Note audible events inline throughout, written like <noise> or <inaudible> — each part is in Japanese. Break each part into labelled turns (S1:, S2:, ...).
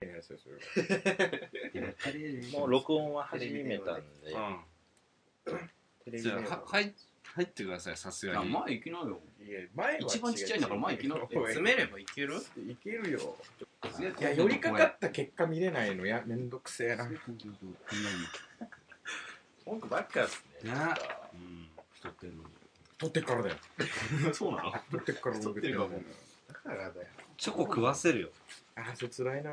S1: ですよそれは
S2: もう録音は始めたんで
S3: う
S2: テレビ
S3: ん。じ
S2: 電
S3: ゃあ、は
S2: 話
S3: 入っ入ってください、さすが
S4: あ
S3: に。
S4: 前行きなよ
S1: いや前は違う
S4: 一番ちっちゃいんだから前行きなって
S1: い
S5: 詰めればいける
S1: いけるよ
S4: ね
S1: いや寄りかかった結果見れないのやめんどくせえな
S5: 文句ばっかですね
S3: ね
S5: なんか
S3: うん。
S4: 太ってるのに
S1: 取ってっからだよ
S4: そうなの
S1: 取ってっから
S4: 太ってるかも
S5: だからだよ
S3: チョコ食わせるよ。
S1: あーそれつらいな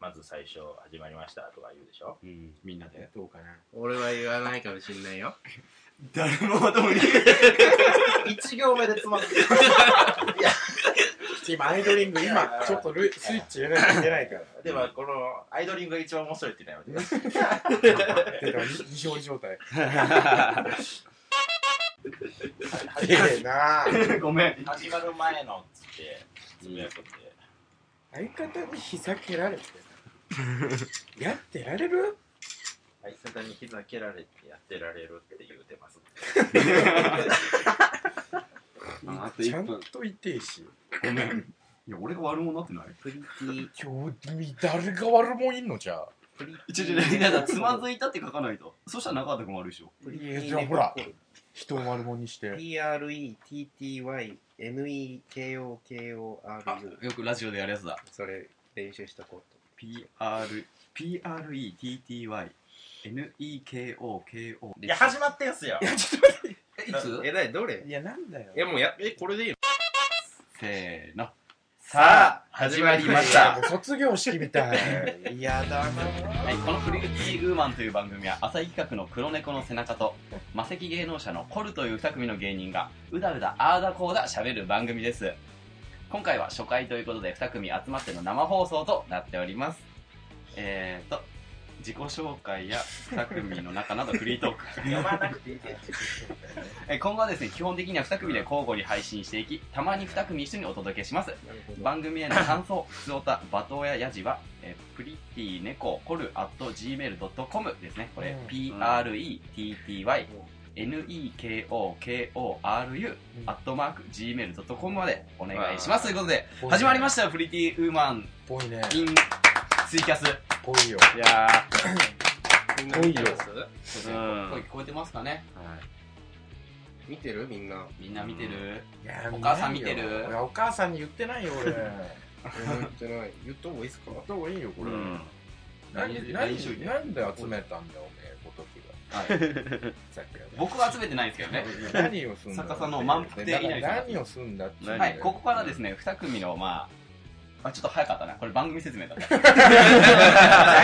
S5: まず最初始まりましたとか言うでしょ
S3: うん。
S4: みんなで
S1: どうかな
S5: 俺は言わないかもしんないよ
S4: 誰もまともに
S5: <laughs> 一行目でつまずく
S1: 今アイドリング
S5: いやい
S1: 今
S5: や
S1: ちょっとルスイッチ入れないといけないから
S5: ではこのアイドリングが一番面白いって言うのやめて
S1: 出た二表状態
S5: 恥
S1: きれいな
S4: ごめん
S5: <laughs> 始まる前のっつってつぶやくって
S1: 相方に膝蹴られてなやってられる
S5: 相方に膝蹴られてやってられるって言うてます
S3: あと
S1: ち
S3: 1
S1: ゃん
S3: 分。
S1: といてえし
S4: ごめんいや俺が悪者になってない
S5: プリティ
S1: 今日誰が悪もんいんのじゃあ
S5: プリ
S4: ちょちょ皆さんつまずいたって書かないとそしたら中畑君悪いでしょ
S5: プリ
S1: いやじゃあほら人を悪者にして
S5: PRETTYNEKOKORU
S4: よくラジオでやるやつだ
S5: それ練習しとこうと
S4: PRPRETTYNEKOKO
S5: いや始まってんすよ
S4: えいつ
S5: えなにどれ
S1: いやなんだよ
S5: えもうやえこれでいいの
S4: せーの
S5: さあ始まりました
S1: もう卒業式みたいいやだな
S4: はい、このフリーティーウーマンという番組は浅井企画の黒猫の背中と魔石芸能者のコルという2組の芸人がうだうだあーだこうだ喋る番組です今回は初回ということで2組集まっての生放送となっておりますえーと自己紹介や2組の中などフリートーク
S5: 読まなくていいです
S4: え今後はですね基本的には2組で交互に配信していきたまに2組一緒にお届けします番組への感想、 <coughs> ふつおた、罵倒ややじは、えー、プリティネココルアット gmail.com ですね。これ、
S1: うん
S4: PRETTY、NEKOKORU、アットマーク gmail.com までお願いします。ということで、
S1: ぽいね
S4: <laughs> 始まりましたよ、プリティウーマン、
S1: ぽいね
S4: in ツイキャス。
S1: ぽいよ
S4: いや
S5: みんな見てます
S4: ー、声聞こえてますかね
S5: 見てるみんな
S4: みんな見てる
S1: いや
S4: お母さん見てる
S1: 見ないよいやお母さんに言ってないよ
S4: <laughs>
S1: 俺言
S5: 言ってない言った方がいいですか
S1: った方がいいよこれ、
S4: これ、
S1: 何何
S4: 何何しようね
S1: なんで集めたんだよおめえごときが
S4: はい、
S1: さっきから
S4: 僕は集めてないんですけどね。
S1: 何をすんだ
S4: 作家さんの満腹でいない
S1: だから何をすんだって
S3: 何
S4: はい、ここからですね、2組の、まあ、あ、ちょっと早かったな。これ番組説明だった。
S5: 最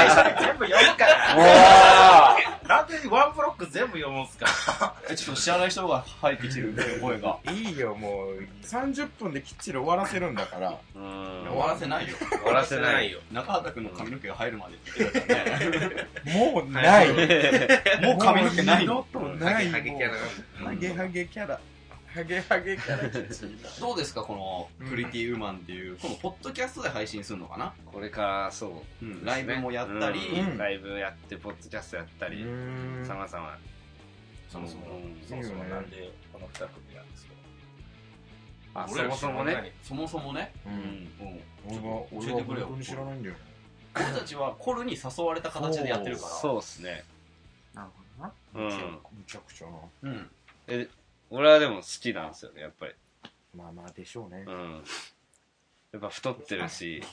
S5: 初に全部読むからなんでワンブロック全部読むんすか
S4: えちょっと知らない人が入ってきてる声が。
S1: いいよもう30分できっちり終わらせるんだから
S3: う
S4: 終
S3: ん。
S4: わらせないよ。
S5: 終わらせないよ
S4: 中畑くんの髪の毛が入るまでって言ってたからね。
S1: もうない
S4: もう髪の毛ないの
S1: もう二度とない
S5: ハゲハゲキャラ
S1: もうハゲハゲキャラハゲハゲキャラきついな
S4: どうですか、この、プリティウーマンっていう、このポッドキャストで配信するのかな
S3: これから、そう。
S4: うん、ライブもやったり、
S3: うんライブやって、ポッドキャストやった
S1: う
S3: り、
S1: ーん
S3: さまざま。
S4: そもそも。
S5: そもそもなんでこの2組なんですか
S3: あ、そ
S4: 俺ら
S3: もそもね。
S4: そもそもね、
S1: う
S4: うんん、うん
S1: 俺は
S4: 教え
S1: 俺
S4: て
S1: は
S4: く
S1: 本
S4: れよ
S1: 当に知らないんだよ
S4: 俺たちはコルに誘われた形でやってるから。
S3: そうっすね。
S5: なるほどな
S3: うん。
S1: むちゃくちゃな
S4: うん。
S3: え、俺はでも好きなんですよね、やっぱり。
S1: まあまあでしょうね
S3: うん。やっぱ太ってるし、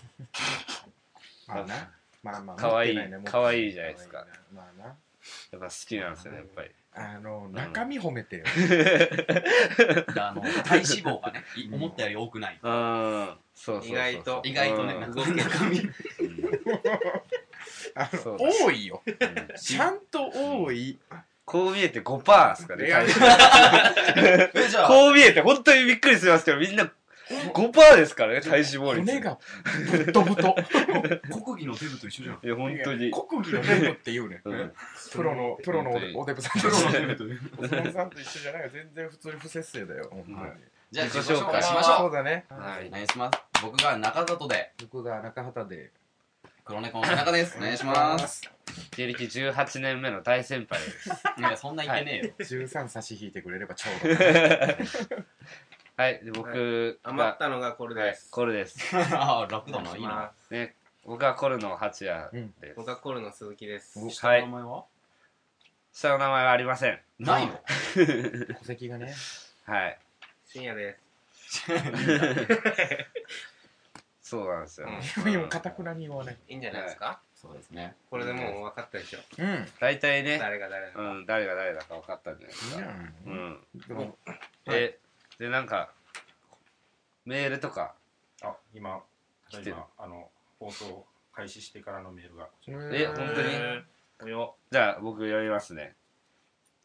S1: まあなまあまあ
S3: 可愛い
S1: 持ってなね
S3: 可愛いじゃないですか
S1: 持ってないなま
S3: やっぱ好きなんですよね、やっぱり。
S1: あなあの中身褒めてよ
S4: であの、体脂肪がね、い思ったより多くない。
S3: うん。そうそうそう。
S5: 意外と
S4: 意外とね、
S3: うん
S4: 動ける髪。
S1: あの
S3: そうだ
S1: 多いよ
S3: うん
S1: ちゃんと多い
S3: こう見えて5%ですかね、
S1: いや
S3: 体重
S4: え、じゃあ、
S3: こう見えて、本当にびっくりしますけど、みんな5%ですからね、体脂肪率。
S1: 骨がぶっとぶと
S4: 国技のデブと一緒じゃん。
S3: いや、本当
S1: い
S3: に
S1: や。国技のデブって言うね
S3: うん
S1: プロのプロのおでおデブさんと一緒
S4: ブと
S1: お相撲さんと一緒じゃない全然普通に不節制だよほんとに
S4: はいじゃあ自
S3: 自己
S4: 己紹
S3: 紹
S4: 介
S3: 介
S4: し
S3: し
S4: ま
S3: ま
S4: し
S1: そ
S4: ょ
S1: うだね
S4: う。お願いします。僕が中里で
S1: 僕が中畑で
S4: 黒猫の背中
S3: <laughs>
S4: です。お願いします。
S1: す
S3: 芸歴18年目の大先輩です。
S4: いやそんな言ってねえよ。
S1: 13差し引いてくれればちょうど
S3: はい、で僕が、
S6: 余ったのがこれ
S3: は
S6: で
S3: い
S6: す。
S3: コルです。
S4: <laughs> ああ、楽だな、いいな。
S3: ね、僕はコルの八夜です。
S6: 僕はコルの鈴木です。
S3: はい
S5: 名前は
S3: 下の名前はありません。
S4: ないの
S1: 戸籍がね
S3: はい。
S6: 深夜です。
S3: そうなんですよ。
S1: 今にもかたくなに言わない
S6: いいんじゃないですか
S4: そうですね。
S6: これでもう分かったでしょ。
S1: うん
S3: 大体ね、
S6: 誰が誰だ。
S3: うん、誰が誰だか分かったんじゃないです
S1: う
S3: か。う
S1: ん
S3: ん。
S1: でも
S3: で、で、なんか、メールとか、
S5: あ、今、
S3: 来てる
S5: 今、あの、放送開始してからのメールが。
S3: え本当に
S1: へ
S3: じゃあ僕読みますね。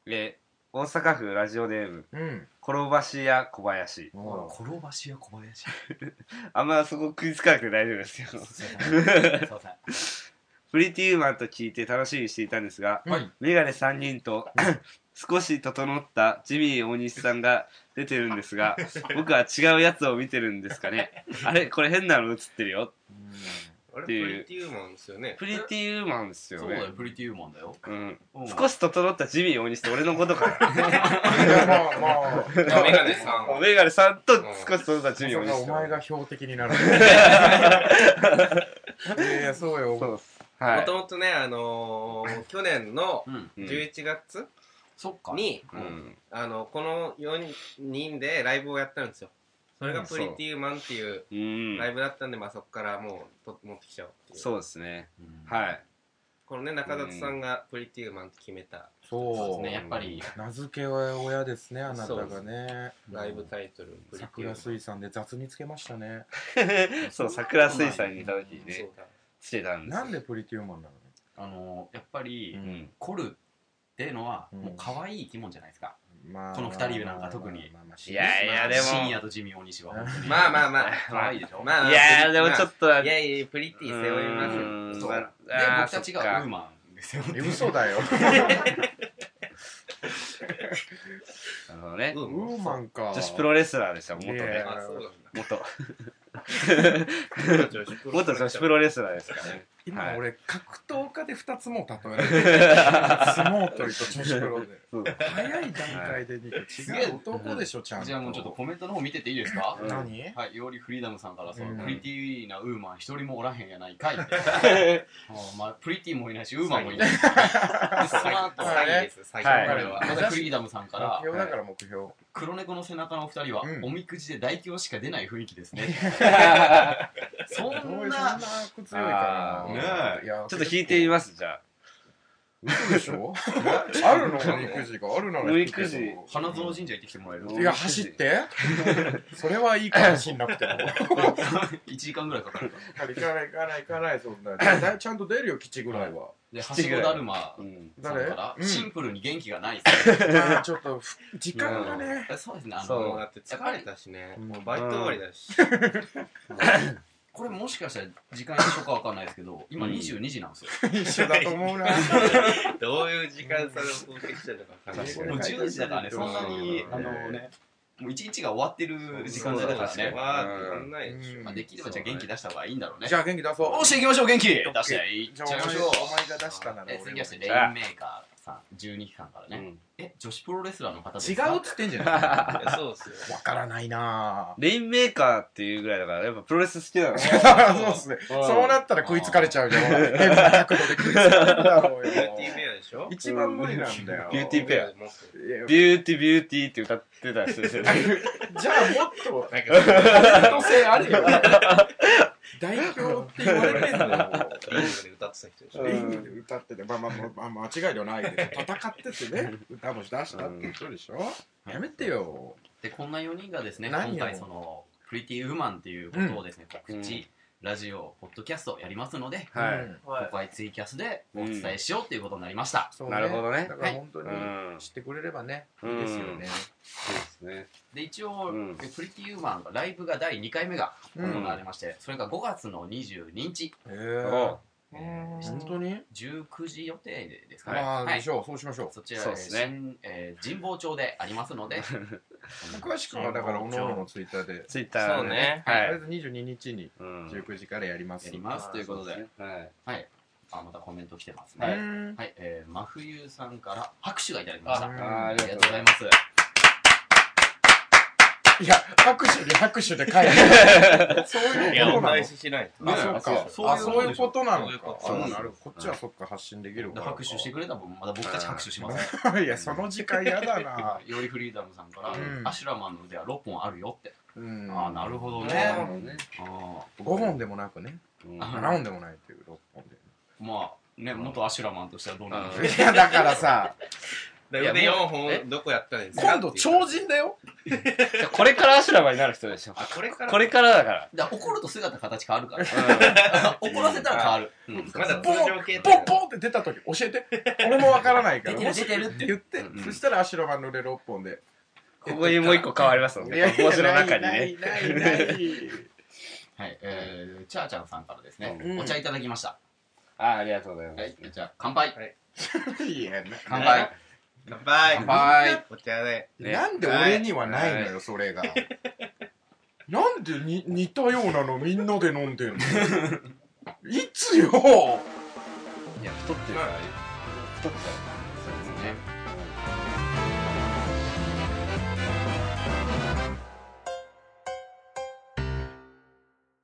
S3: え、大阪府ラジオネーム、
S1: ーうん
S3: 転ばし屋小林。
S1: もう
S4: 転ばしや小林。す
S3: あんまそこ食いつかなくて大丈夫ですよ。
S4: いません。す
S3: <laughs>
S4: いません。
S3: プリティーマンと聞いて楽しみにしていたんですが、
S1: はい
S3: メガネ3人と <coughs> 少し整ったジミー大西さんが出てるんですが、僕は違うやつを見てるんですかね。あれこれ変なの映ってるよ。
S6: 俺、
S3: っ
S6: プ
S3: ていう
S6: リティウーマンですよね。
S3: プリティーマンです
S4: そ
S3: よ
S4: うだ
S3: ね。
S4: よ、プリティウーマンだよ。
S3: うん、
S4: うん
S3: 少し整ったジミー大西って俺のことか
S1: もう
S6: メガネさん
S3: <laughs> な。。メガネさんと少し整ったジミー
S1: ま
S3: 大
S1: さか
S3: 西
S1: お前
S3: さん。
S1: が標的になるいやいやそうよ
S3: そうっす。
S6: も
S3: は
S6: ともとね、あのー、去年の
S4: うん。
S3: い。
S6: 11月
S4: そっか。
S6: に、
S3: うん、
S6: あの、この4人でライブをやったんですよ。それがプリティウーマンっていう
S3: うん
S6: ライブだったんで、まあそこからもうと持ってきちゃおうっていう。
S3: そうですね。
S4: うん
S3: はい。
S6: このね、中里さんがプリティウーマンって決めた
S4: そうで
S1: そ
S4: す
S1: う
S4: ね、やっぱり。
S1: 名付け親ですねあなたがね
S6: ライブタイトル、プリティウーマ
S1: 桜
S6: ン。
S1: 水産で雑につけましたね
S3: そう、桜水産にいた時に
S6: そ
S3: ね
S6: う、だ。
S3: してたんですよ
S1: なんでプリティウーマンなの
S4: あのやっぱり、
S3: うん。
S4: コルってのは、
S1: うん
S4: もう可愛い生き物じゃないですか。
S1: まあ
S4: この二人なんか特に
S1: まあまあまあまあ
S3: いやいや、で
S4: 深
S3: も
S4: 夜、とジミー大西は。
S6: まあまあまあ。
S4: 可愛いでしょ。
S6: まあ、
S3: いやーでもちょっとはい
S6: やいや、プリティ背負いますよ。
S3: うーん
S4: そう
S3: ま
S4: で
S3: あ
S4: 僕たちがウー
S3: ー
S4: マンですよ。
S1: え嘘だ
S3: <laughs>
S1: よ
S3: そっかなるほどね。
S1: ウーマンか
S3: 女子プロレスラーですよ、元
S1: い
S3: ね
S1: や。
S6: あ、そうなんだ。
S3: 元。
S6: 女子プロ
S3: 元女子プロレスラーですからね。
S1: 今
S3: はい
S1: 俺格闘家で二つもう例えられてる相撲取りと女子プロで
S3: そう
S1: 早い段階で2個違う男でしょちゃんと
S4: じゃあもうちょっとコメントの方見てていいですか
S3: うん
S1: 何
S4: はい、よりフリーダムさんからそうの
S1: ん
S4: プリティなウーマン一人もおらへんやないかいってあまあプリティもいないしウーマンもいないでその後
S1: はい
S6: 詐欺です、詐
S3: はい
S4: 彼はまたフリーダムさんか
S1: 目
S4: ら
S1: 標だから目標
S4: 黒猫の背中のお二人は、
S1: うん
S4: おみくじで大凶しか出ない雰囲気ですね
S3: <laughs>
S4: そ
S1: そ
S4: ん
S1: んな
S4: な
S1: 強いから
S5: ー
S3: あ
S5: ね
S1: いや
S3: ちょっと引いてみます、じゃ
S1: 嘘でしょあるのおみくじがあるなら引くけど
S3: おみ
S4: 花園神社行ってきてもらえる
S3: おみくじ
S1: いや走ってそれはいいかもしんなくても
S4: 1時間ぐらいかかるから
S1: 行かない行かない行かないそん <coughs> な絶対ちゃんと出るよ基地ぐらいは
S4: では
S3: 七
S4: し
S3: ぐら
S4: ご
S3: い
S4: だるま
S3: あ。うん。
S4: さんから、
S1: 誰うん <laughs>
S4: シンプルに元気がないですね
S1: まあちょっとふ時間がね
S4: えそうですねあ
S3: そう
S6: もう
S4: の
S6: だって疲れたしね、
S1: うん
S6: もうバイト終わりだし、
S4: これもしかしたら時間一緒かわかんないですけど今
S3: うん
S4: 22時なんですよ
S1: 一緒だと思うな
S6: どういう時間差で報告してるのか分かんないけ
S1: 確
S6: ど
S1: か
S4: もう10時だからね、そんなに
S1: う、ん
S4: あのね、もう1日が終わってる時間帯だから
S6: そう
S4: ね。
S6: わーってやんないでしょ
S1: うん
S4: まあ、できればじゃあ元気出した方がいいんだろうね。
S1: じゃあ元気出そう
S4: おっしゃ、行きましょう、元気出していっち
S1: じ
S4: ゃ
S1: ゃあお
S4: い
S1: 前
S4: ましょう。
S1: お前が出したなら
S4: え、次はして、レインメーカーさん、12期間から
S3: う
S4: ね。
S3: ん
S4: え、女子プロレスラーの方です
S1: 違
S4: か
S1: うっつってんじゃない
S6: やそうっすよ
S1: いわからないな
S3: レインメーカーっていうぐらいだから、やっぱプロレス好きなの。 <laughs>
S1: ぁそうっすねそうなったら食いつかれちゃうじゃん変な角度で食いつかれたろ <laughs> う
S6: ビューティー
S1: よ
S6: ベアでしょ
S1: 一番無理なんだよ
S3: ビューティーペア
S6: 持ってる
S1: い
S3: ビューティービューティーって歌ってたりするよね。
S1: やじゃあもっと
S6: なんか
S1: 可能性あるよ代表って言われてんだよ
S6: リングで歌ってた人でしょ
S1: リングで歌ってて、まあまあまあ、まあ、間違いではないけど、戦っててね、歌も出したってことでしょ、やめてよ。
S4: で、こんな4人がですね、
S1: 何よ
S4: 今回その、プリティウーマンっていうことをですね、告
S3: うん
S4: 知、ラジオ、ポッドキャストやりますので、
S3: は
S1: う
S3: い。
S1: ん
S4: 今回ツイキャスでお伝えしようっていうことになりました。
S1: そうね
S3: なるほどね
S1: だから本当
S3: う
S1: に
S3: ん。
S1: 知ってくれればね、
S3: うん
S1: いいですよね。
S3: そうですね。
S4: で一応、
S3: うん
S4: えプリティウーマンがライブが第2回目が行
S1: うん
S4: われまして、それが5月の22日
S1: へえ
S3: お
S1: 本当に、
S4: 19時予定ですかね、
S1: まあ、
S4: は
S1: で
S4: い
S1: し、ょう、そうしましょう。
S4: そちら
S3: そう
S4: で
S3: ですすね
S4: ね、えー神保町であります
S3: <laughs>
S4: ので
S1: 詳しくはだから、おのおののツイッターで。
S3: ツイッター
S6: そうね
S1: とり
S3: は
S1: あえ
S3: い。
S1: ず22日に
S3: うん
S1: 19時からやります。
S4: やりますということで、
S3: はい。
S4: はい、あまたコメント来てます
S1: う
S4: ね、はい
S1: ん
S4: えー真冬さんから拍手がいただきました
S1: あ
S4: あ
S3: あーあり
S4: りがとう
S3: がとうご
S4: ご
S3: ざ
S4: ざい
S3: いま
S4: ます
S1: いや、拍手に拍手で書いてる。そう
S6: い
S1: いう
S6: や、
S1: こと
S6: お
S1: な
S6: 返
S1: の
S6: ししないと。
S1: あ、そうか。
S5: そう
S1: あ、そういうことなの
S5: そういう
S1: か
S5: こ。と
S1: そう
S3: そ
S1: な
S3: う
S1: る。こっちはそっか、発信できるから。
S4: 拍手してくれたらまだ僕たち拍手します
S1: いや、その時間嫌だな。
S4: よりフリーダムさんから、
S1: うん
S4: アシュラマンの腕は6本あるよって、
S1: うん。
S4: ああなるほどね
S3: なるほどね
S4: あ
S1: 5本でもなくね。
S3: うん
S4: あ
S1: 7本でもないという6本で。
S4: ーまあね元アシュラマンとしてはどうなのか
S1: いや、だからさ、
S6: で
S3: いや
S6: 腕4
S3: え
S6: 本、どこやったらいいんですか
S1: <laughs> 今度超人だよ。
S3: じゃあ <laughs> これからアシュラマンになる人でしょ
S6: あ、これから。
S3: これからだから
S4: だから怒ると姿形変わ
S1: <laughs>
S4: るから怒らせたら変わる、うん
S6: まだ通
S1: ポン
S6: 常形
S1: ポン
S6: 態。
S1: ポンって出た時教えて。俺もわからないから。
S4: 出てる出て
S1: 言って
S4: うん。
S1: そしたら、アシロマンの腕6本で。
S3: ここにもう一個変わりますもん
S1: い
S3: ね
S1: やいや
S3: 帽子の中にね。
S1: ないないないない
S4: はいえー、チャーちゃんさんからですね、
S1: うん
S4: お茶いただきました、
S3: あありがとうございま
S4: はいじゃあ乾杯
S1: いや、
S4: 乾杯
S6: 乾杯。
S3: 乾杯。
S6: お茶で。
S1: ななんで俺にはないのよ、それ
S4: <laughs>
S1: が。なんでに似たようなのみんなで飲んで
S4: <laughs>
S1: んのいつよ
S3: いや太ってるから太って
S4: そうですね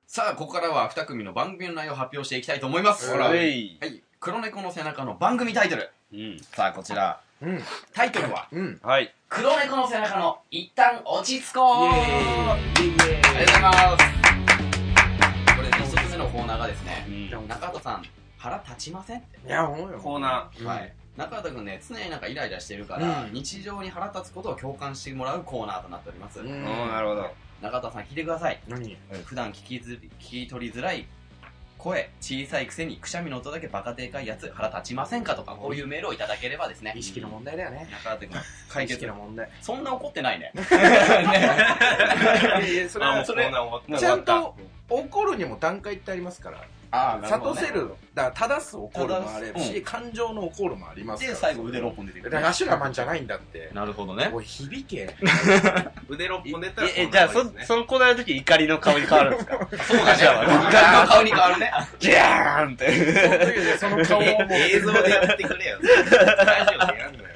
S4: さあここからは2組の番組の内容を発表していきたいと思います
S1: ほ
S3: た
S1: ら
S3: う
S4: は
S3: え
S4: い
S3: い
S4: 黒猫の背中の番組タイトル
S3: うん
S4: さあこちら
S1: うん、
S4: タイトルは
S1: うん。
S3: はい
S4: 「黒猫の背中の一旦落ち着こう」ありがとうございますこれね一つ目のコーナーがですね「中畑さん腹立ちません?」
S1: いや、思うよ。
S6: コーナ
S1: うん
S4: はい、中畑君ね常になんかイライラしてるから、
S1: うん
S4: 日常に腹立つことを共感してもらうコーナーとなっております、
S1: うん
S3: おーなるほど
S4: 中田さん聞いてください、
S1: 何
S4: 普段聞きづ聞き取りづらい声小さいくせにくしゃみの音だけバカでかいやつ腹立ちませんかとかこういうメールをいただければですね
S1: 意識の問題だよね。
S4: 中畑君解
S1: 意識
S4: 決
S1: の問題。
S4: そんな怒ってないねね
S6: ー。
S1: それは
S6: あもうコーナー終わっ
S1: ちゃんと怒るにも段階ってありますから。
S4: ああ
S1: 諭せる、だから正す怒るもあれば
S4: 正す
S1: し、感情の怒るもありますか
S4: で
S1: ら。
S4: 最後腕6本出てく
S1: だ
S4: る
S1: から、アシュラマンじゃないんだって。
S4: なるほどね
S1: おい、響け。 <laughs>
S6: た。腕6本出たら。
S3: ええじゃあそそのコーナーの時怒りの顔に変わるんですか
S4: そうだね
S3: じゃあ
S4: ガラッと顔に変わるね
S3: ギャーンっ
S1: その
S3: て
S1: 時でその顔をもう。
S6: 映像でやってくれよ。ラジオでやんのよ。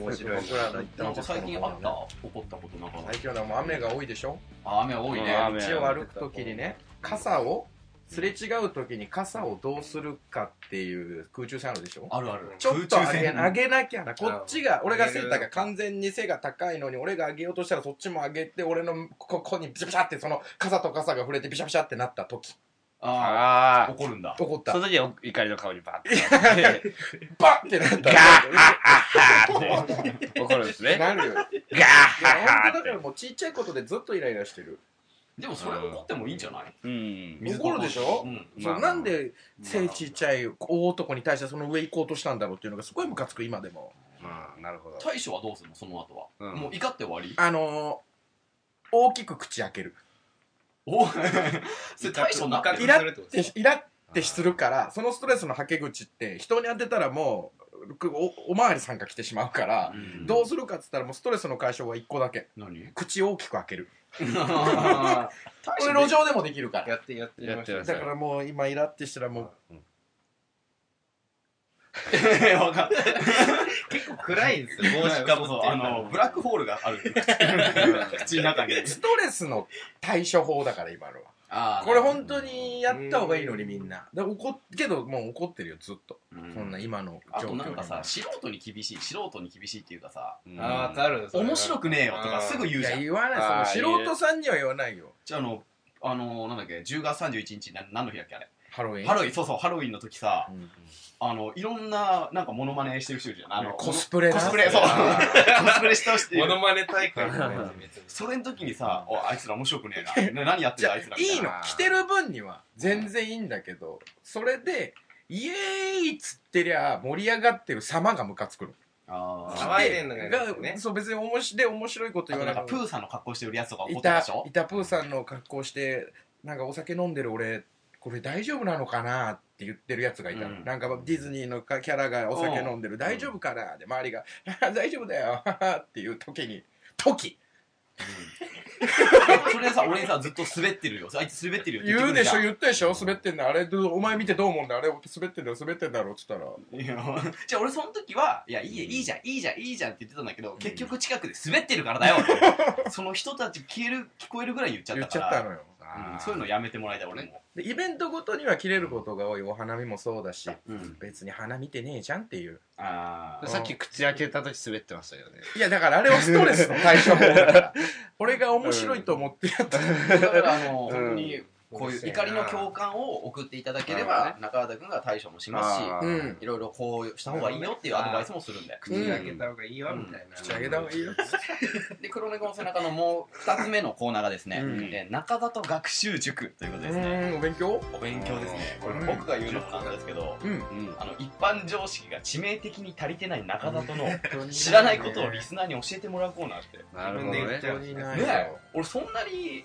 S6: 面白い。
S1: 僕らの一旦
S4: なん
S1: 落
S4: か
S1: ち着
S4: 最
S1: こう
S4: 近あった怒ったことなんか
S1: 最近はもう雨が多いでしょ
S4: あ雨多いね、
S3: うん雨
S1: 街を歩くときにね傘をすれ違うときに傘をどうするかっていう空中戦あるでしょ
S4: あるある
S1: ちょっと上げ
S4: 空中戦
S1: 上げなきゃなこっちが
S6: うん
S1: 俺が背高い完全に背が高いのに俺が上げようとしたらそっちも上げて俺のここにビシャビシャってその傘と傘が触れてビシャビシャってなった時
S4: ああ
S3: あ
S4: 怒るんだ
S1: 怒っ
S3: あ
S1: た
S3: そ
S1: バ
S3: の時は怒りの顔にバッて
S1: ッってなっ
S3: ガ
S1: た
S3: ーハッハッって怒るんですね
S1: なるよいや
S3: ガーハ
S1: 本当
S3: ッ
S1: だから
S3: ハッて
S1: もうちっちゃいことでずっとイライラしてる
S4: でもそれ怒ってもいいんじゃない
S3: うん
S1: 水怒るでしょ
S4: うん
S1: そうなんで背ちっちゃい大男に対してその上行こうとしたんだろうっていうのがすごいムカつく今でも
S3: まあなるほど
S4: 対処はどうするのその後は、
S3: うん
S4: もう怒って終わり
S1: あのー、大きく口開ける
S4: お <laughs> それ対処なって
S1: 威
S4: る
S1: 力
S6: るってこと
S1: でイラってするからそのストレスのはけ口って人に当てたらもうくおおまわりさんが来てしまうから、
S4: うん
S1: どうするかっつったらもうストレスの解消は1個だけ
S4: <laughs> 何
S1: 口を大きく開ける
S4: 対
S1: これ路上でもできるから
S6: やって、やってみましょう。
S3: やって
S1: だからもう今イラってしたらも
S4: でわかんない
S6: 暗いんですよ、帽子かぶって。
S4: あのブラックホールがある <laughs> 口の中に
S1: うストレスの対処法だから今のは
S4: <laughs> あー
S1: これ本当にやった方がいいのにみんなだから怒っけどもう怒ってるよずっと、
S4: うん
S1: そんな今の
S4: あ
S1: 状況
S4: と
S1: に
S4: なんかさ素人に厳しい素人に厳しいっていうかさ
S6: あー、わかる。
S4: 面白くねえよとかすぐ
S1: い
S4: 言うじゃ
S1: や
S4: ん
S1: 言わない
S3: あー
S1: その素人さんには言わないよ
S4: じゃああのあのなんだっけ10月31日な何の日だっけあれ
S1: ハロウィン
S4: ハロウィンそうそうハロウィンの時さ
S1: うん
S4: あのいろんななんかモノマネしてる人いるじゃんあの
S1: コスプレな
S4: コスプ
S1: <laughs>
S4: レそうコスプレしてほしい
S6: モノマネ大会みたいな
S4: それの時にさ、おあいつら面白くねえな。ね何やって
S1: じ
S4: る
S1: ゃ
S4: あ
S1: あ
S4: いつらみた
S1: いい
S4: い
S1: の
S4: な。
S1: 着てる分には全然いいんだけどそれでイエーイっつってりゃ盛り上がってる様がムカつくの
S4: あー
S6: 騒いでんのがいいですよね
S1: がそう別におもしで面白いこと
S4: あ
S1: 言
S4: と
S1: わ
S4: な
S1: なん
S4: か
S1: か
S4: プーさんの格好してるやつとか怒
S1: い
S4: ってた
S1: た
S4: でしょ
S1: いたプーさんの格好してなんかお酒飲んでる俺これ大丈夫なのかなって言ってるやつがいたの、
S4: うん
S1: なんかディズニーのかキャラがお酒飲 <laughs> んでる、大丈夫かなで周りが「大丈夫だよ」っていう時に時
S4: それでさ、俺にさ、ずっと滑ってるよ。あいつ滑ってるよ。
S1: 言うでしょ、
S4: う。
S1: 言ったでしょ、滑ってんだ。あれ、どうお前見てどう思うんだあれ、滑ってんだろ、滑ってんだろ、っつったら。
S4: いや <laughs> じゃあ俺その時は、いや、いいえ、いいじゃん、いいじゃん、いいじゃんって言ってたんだけど、結局近くで滑ってるからだよっ
S1: <laughs>
S4: てその人たち消える、聞こえるぐらい言っちゃっ
S1: 言
S4: た
S1: っ
S4: か
S1: ちゃ
S4: ら。
S1: ったのよ。
S4: うんそういうのやめてもらいたい、俺も。
S1: でイベントごとには切れることが多い。お花見もそうだし、
S4: うん。
S1: 別に花見てねえじゃんっていう。
S4: あ
S1: ー
S4: あ。
S1: さ
S6: さ
S1: っ
S6: っ
S1: き
S6: き口開けた時滑ってましたよね
S1: いや、だからあれはストレスの対処法だから。俺が面白いと思ってやった。
S4: だから、あの、
S3: うん
S4: 本当に、こういう怒りの共感を送っていただけれ
S3: なる
S4: ば、中畑くんが対処もしますし、
S3: あー
S1: うん。
S4: いろいろこうした方がいいよっていうアドバイスもするんだよ。
S6: 口開けた方がいいよみたいな、
S1: 口上げた方がいいよ。
S4: で、黒猫の背中のもう2つ目のコーナーがですね、
S1: うん
S4: えー中里学習塾ということ
S1: う
S4: ですね。
S1: ーん、お勉強
S4: お勉強ですね。こ
S1: うん
S4: れ僕が言うのもなんですけど、
S1: うん。
S3: うん
S4: あの、一般常識が致命的に足りてない中里の <laughs> 知らないことをリスナーに教えてもらうコーナーって。
S3: なるほどね
S6: 自分
S1: 本当にない
S4: ね
S1: よ。
S4: え俺そんなに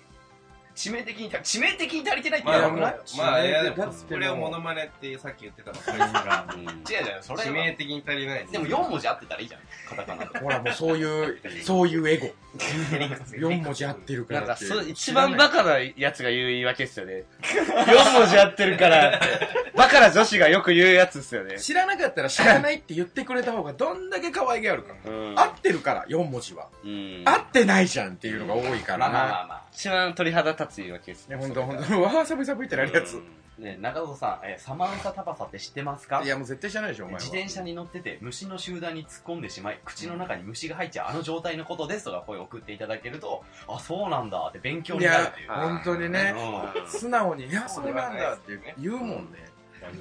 S4: 致命的に、致命的に足りてないって
S6: ま
S4: 言
S6: あ
S4: う
S6: ま
S4: の
S6: あ
S4: も
S6: ま
S4: な
S6: あ
S4: い
S6: まあいやでも
S1: だってもう
S6: これをモノマネってさっき言ってたのそれ
S3: うん
S4: 違うじゃん、それ
S6: 致
S4: は
S6: 命。的に足りない
S4: でも4文字合ってたらいいじゃん、カタカナで。
S1: ほら、もうそういう、そういうエゴ。4文字合ってるか
S3: なん
S1: ら
S3: か
S1: って
S3: そう
S1: いう。
S3: 一番バカなやつが言う言い訳っすよね。4文字合ってるからって。バカな女子がよく言うやつっすよね。
S1: 知らなかったら知らないって言ってくれた方がどんだけ可愛げあるか。
S3: うん。
S1: 合ってるから、4文字は。
S3: うん
S1: 合ってないじゃんっていうのが多いから
S4: まあまあま
S1: な。
S4: あまあ。
S3: 一番鳥肌立つ言い訳っす
S1: いや、ほんとほんと。わあ、寒い寒いってなるやつ。
S4: <laughs> ね、中里さん、えーサマンサタバサって知ってますか
S1: いや、もう絶対知らないでしょ、お前は。
S4: 自転車に乗ってて虫の集団に突っ込んでしまい口の中に虫が入っちゃうあの状態のことですとか声を送っていただけるとあそうなんだって勉強
S1: い
S4: になる
S1: や
S4: っていう、
S3: あ
S1: 本当に
S4: う
S1: ね。
S4: ん
S1: 素直に、いや、そうなんだって言うもんね。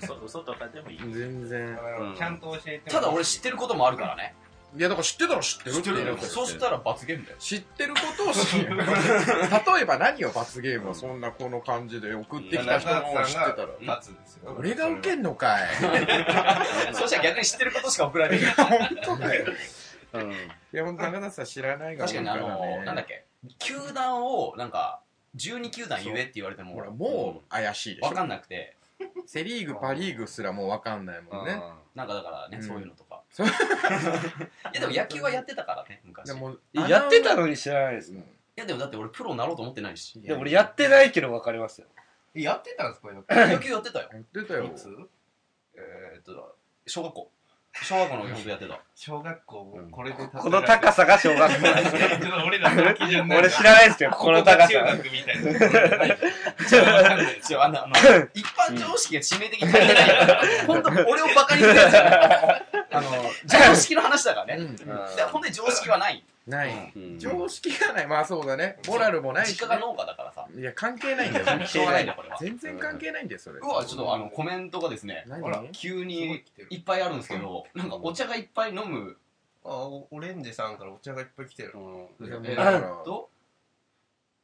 S5: 嘘嘘とかでもいい。
S1: 全然。
S6: ちゃんと教えて
S4: ただ俺知ってることもあるからね
S1: いや、だから知ってたら知ってるって言う
S4: よ
S1: んだよ
S4: そうしたら罰ゲームだよ
S1: 知ってることを知る。例えば何よ、罰ゲームはそんなこの感じで送ってきた人も知ってたら。
S6: 罰ですよ
S1: 俺が受けんのか <laughs> い。
S4: <laughs> そしたら逆に知ってることしか送られな
S1: <laughs>
S4: い
S1: 本当だよ。
S3: うん。
S1: いや、ほんと、中田さん知らないが多
S4: 確
S1: い
S4: かにあのなんだっ
S1: け。
S4: け球団をなんか12球団言えって言われても
S1: ほら、もう怪しいでし
S4: 分か
S1: ょ。
S4: んなくて
S1: セリーグ、パリーグすらもうわかんないもんね。
S4: なんかだからね、
S1: うん
S4: <laughs> そういうのとか
S1: そう
S4: いやでも野球はやってたからね昔
S1: で
S4: い
S1: も、
S3: うんやってたのに知らないです。
S4: やでもだって俺プロになろうと思ってないし
S3: いや、俺やってないけど分かりますよ。
S6: やってたんですかよ
S4: 野球やって
S1: <laughs>
S4: たよ
S1: やってたよ。
S4: えーっと、小学校。小学校の本
S1: <laughs>
S4: やってた。
S6: 小学校これで
S3: この高さが小学校。
S6: 俺らの基準
S3: 俺知らないですよ、この高
S6: 中
S3: さ。
S6: 学みたいな
S4: 違う、あの、あの一般常識が致命的に足りてない
S1: <laughs>
S4: から、本当俺をバカにするやつじゃない。あの、常識の話だから
S1: う
S4: ね。
S1: ん
S3: うん
S4: だから本当に常識はない。
S1: な
S4: うん
S1: い。
S3: うん
S1: 常識がない。まあそうだね。モラルもないしね。
S4: 実家が農家だから
S1: <laughs>
S4: さ。
S1: いや、関係ないんだよ。
S4: <laughs> しょうがないんだよこれは
S1: 全然関係ないんだよ、それ。
S4: うわ、ちょっとあの、コメントがですね、
S1: 何
S6: ほら
S4: 急にいっぱいあるんですけど、なんかお茶がいっぱい飲む。
S6: あオレンジさんからお茶がいっぱい来てる
S4: え
S1: いや
S4: ーっと、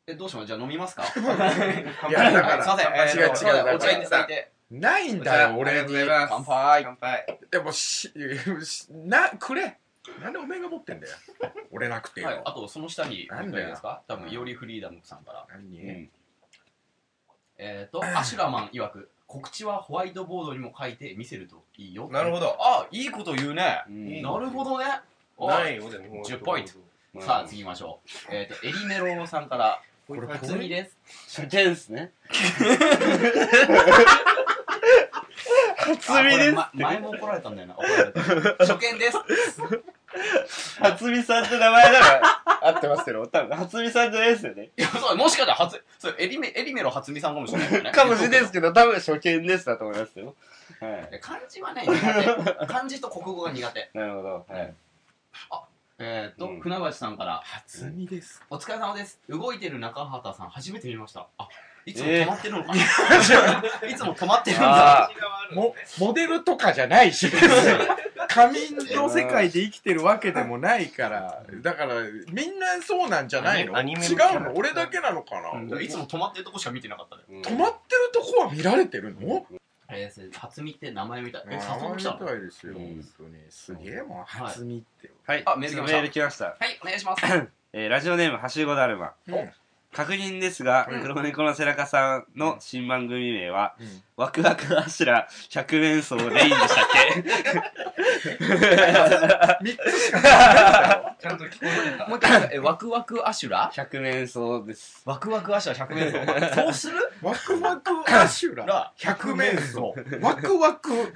S4: え、どうしますじゃあ飲みますかすいま
S1: <laughs> いや、だ
S4: せん
S1: か
S4: えー
S1: 違う違う
S4: すいません
S1: だから
S4: お茶いただいて。
S1: ら、ないんだよ、俺に。
S4: 乾杯。
S6: 乾杯
S1: でも、し、しな、くれ。なんでおめえが持ってんだよ。俺なくてよ。
S4: はい、あとその下に、
S1: なんだよ
S4: いですか多分、よりフリーダムさんから。
S1: 何
S4: えー、と、アシュラマン曰く、告知はホワイトボードにも書いて見せるといいよ。
S6: なるほど
S4: あ、いいこと言うね。
S3: うん
S4: なるほどね。お
S6: ないよでも
S4: 10ポイントさあ、次行きましょう。えー、と、エリメロさんから、
S1: これ、
S4: 初見です。
S3: 初見っすね。
S4: あ
S3: 初見
S4: これ
S3: です。
S4: ま前も怒られたんだよな。怒られた。 <laughs> 初見です。
S3: 初見さんって名前なら合ってますけど、多分初見さんじゃないですよね。
S4: いや、そう、もしかしたら、初、そう、エリメ、エリメロ初見さんかもしれないよね。
S3: かもしれないですけど、多分初見ですだと思いますよ。はい。
S4: え漢字はね、苦手。漢字と国語が苦手。
S3: なるほど。はい。
S4: えー、と、
S3: うん
S4: 船橋さんから、
S1: 初見です。
S4: お疲れ様です。動いてる中畑さん、初めて見ました。あ、いつも止まってるのかな、 <laughs> いつも止まってるんだ。
S1: も、モデルとかじゃないし、別に仮眠の世界で生きてるわけでもないから、だから、みんなそうなんじゃないの
S6: ア
S1: 違
S6: ニ
S1: う
S6: メのキャラクター
S1: の俺だけなのかな、
S4: いつも止まってるとこしか見てなかったね。
S1: 止まってるとこは見られてるの
S4: えーそれ、初見って名前みたい。
S1: 名
S4: え、誘っ
S1: 前み
S4: てきたの
S1: たいですよ、
S3: うん
S1: 本当に。すげえもん、
S4: はい
S1: 初見って。
S3: はい。
S4: あメール来ました
S3: メール来ました。
S4: はい、お願いします。
S3: えーラジオネーム、はしごだるま。
S1: うん
S3: 確認ですが、
S1: うん
S3: 黒猫の背中さんの新番組名は、
S1: うん
S3: ワクワク柱百面相でいいんでしたっ
S1: 3つしか
S6: ちゃんと聞こえてた
S4: もう一回、え、ワクワクアシュラ
S3: け <laughs> 百面相です。
S4: ワクワクアシュラ100面相。 <laughs> そうする
S1: ワクワクアシュ
S4: <laughs>
S1: ラ
S4: ら、
S1: 百
S4: 100
S1: 面
S4: 面
S1: 相
S4: 相。
S1: ワクワク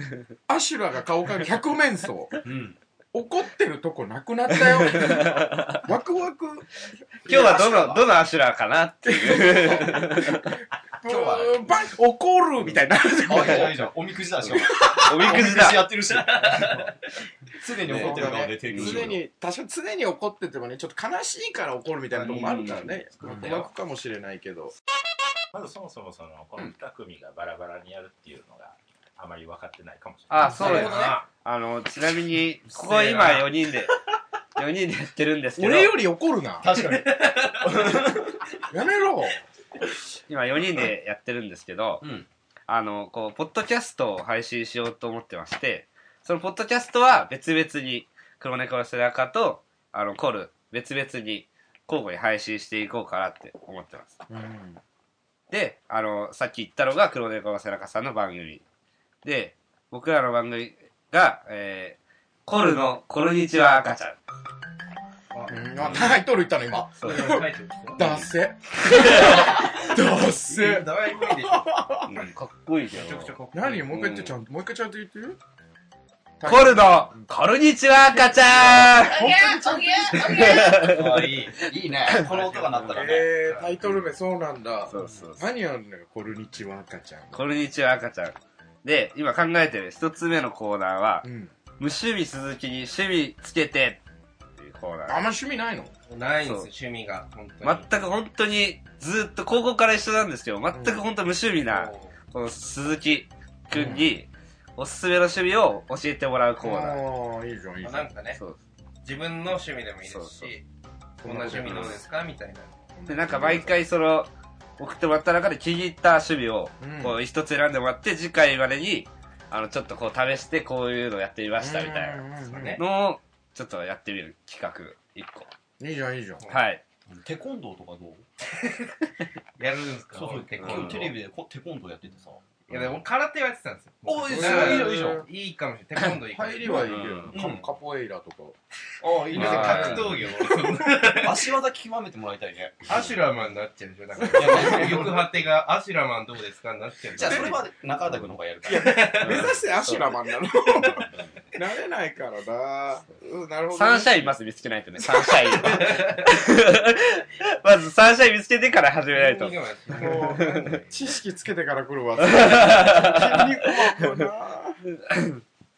S1: アシュラが顔が百面相
S4: うん。
S1: 怒ってるとこなくなった <laughs> よワクワク
S3: 今日はどの、どのアシュラかなっていう。
S1: 今
S4: 日は
S1: バン怒るみたいな
S5: あ、いいじゃん、いいじゃん。おみくじ
S4: <laughs>
S5: だし。おみ
S3: おみくじ
S5: くじ
S3: だ。
S5: やってるし。常に怒ってるからね、テイクしよう
S1: 常に多少常に怒っててもねちょっと悲しいから怒るみたいなとこもあるからねワクワクかもしれないけど
S5: まずそもそもその、この2組がバラバラにやるっていうのが、あまり分かってないかもしれない。
S3: あ、そうです。あの、ちなみに、ここ今4人で、4人でやってるんですけど、
S1: 俺より怒るな
S5: 確かに。
S1: やめろ
S3: 今4人でやってるんですけど、
S4: うん
S3: あの、こう、ポッドキャストを配信しようと思ってまして、そのポッドキャストは別々に、黒猫の背中と、あの、コル、別々に、交互に配信していこうかなって思ってます。で、あの、さっき言ったのが黒猫の背中さんの番組。で、僕らの番組が、えー、コルのコルニチは赤ちゃん。
S1: うんあタイトル言ったの今
S3: そうです。
S1: <laughs> ダッセダッセ
S6: だわいぶいでしょ
S3: うんかっこいいけど。
S1: 何もう一回言ってちゃんともう一回ちゃんと言ってる
S3: コルのコルニチは赤ちゃ
S1: 本当にちゃんと言って
S6: 可愛い
S4: いいね。この音が鳴ったらね。
S1: えータイトル名そうなんだ
S3: ん <laughs> そうそうそう。
S1: 何やるのよコルニチは赤ちゃん
S3: コルニチは赤ちゃん。で、今考えてる一つ目のコーナーは
S1: う、ん
S3: 無趣味鈴木に趣味つけてっていうコー
S1: あんま
S3: ナー。
S1: 趣味ないの
S6: ないんですよ趣味が本当に
S3: 全く本当に、ずっと高校から一緒なんですけど、全く本当無趣味な、この鈴木くんに、おすすめの趣味を教えてもらうコーナー。
S1: ああいいじゃんいいじ
S6: ま
S1: ゃ
S6: あ
S1: ん
S6: なんかね
S3: そう
S6: 自分の趣味でもいいで
S3: そう
S6: す
S3: そう
S6: しこんな趣味どうですかみたいな
S3: で、なんか毎回その、送ってもらった中で気に入った趣味を
S1: うん、
S3: こう一つ選んでもらって、次回までに、あの、ちょっとこう試して、こういうのやってみましたみたいな
S1: うんうんうん
S6: ね
S3: のを、ちょっとやってみる企画、一個。
S1: いいじゃんいいじゃん
S3: はい。
S4: テコンドーとかどう
S6: やるんですか
S4: そう、
S6: 結
S4: 結
S6: 構
S4: 構テレビでこテコンドーやっててさ。
S6: いやでも空手はやってたんですよ
S4: おい
S6: だ
S4: い
S6: か
S4: じゃ
S6: ら
S4: ん、いいじゃん、いいじゃん。
S6: いいかもしれないテコンドーいいかも
S1: 入
S6: し
S1: り
S6: れない
S1: はいいよ
S4: うん
S1: カカポエイラとか
S6: あいいね格闘技を
S4: 足技極めてもらいたいね。
S6: アシュラマンになっちゃうでしょだ <laughs> から欲果てがアシュラマンどうですかになっちゃう
S4: じゃあ、 <laughs> それは中畑君の方がやるから。
S1: 目指してアシュラマンなのなれないからなうんなるほどね
S3: サンシャインまず見つけないと <laughs> ね、サンシャインを。まずサンシャイン見つけてから始めないと。
S1: もう
S6: と
S1: 知識つけてから来るわ筋肉マンな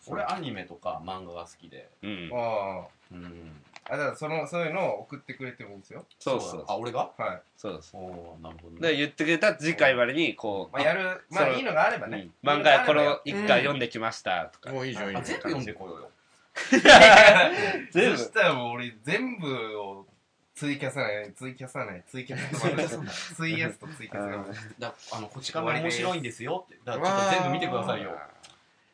S4: 俺、アニメとか漫画が好きで。
S3: うん。
S6: あ
S4: うん。
S6: あだからそのそういうのを送ってくれてもいいんですよ
S3: そうそう。
S4: あ、俺が
S6: はい
S3: そうです。
S4: おおなるほど
S3: で、
S4: ね。
S3: 言ってくれた次回までに、こう
S6: まあ、やるま
S3: そ
S6: あ
S3: う
S6: いいのがあれば
S3: う
S6: ね
S3: ん漫画こ
S6: いいのがあれば
S3: の一巻読んできましたとか。
S1: もういいじゃんいいじゃん
S4: あ全部読んでこようよ。
S3: 全
S6: そ
S3: 部。
S6: したらもう俺全部を追加さない追加さない追加さない <laughs> 追加と追加さない
S4: だあの、こち亀面白いんですよって。だからちょっと全部見てくださいよ。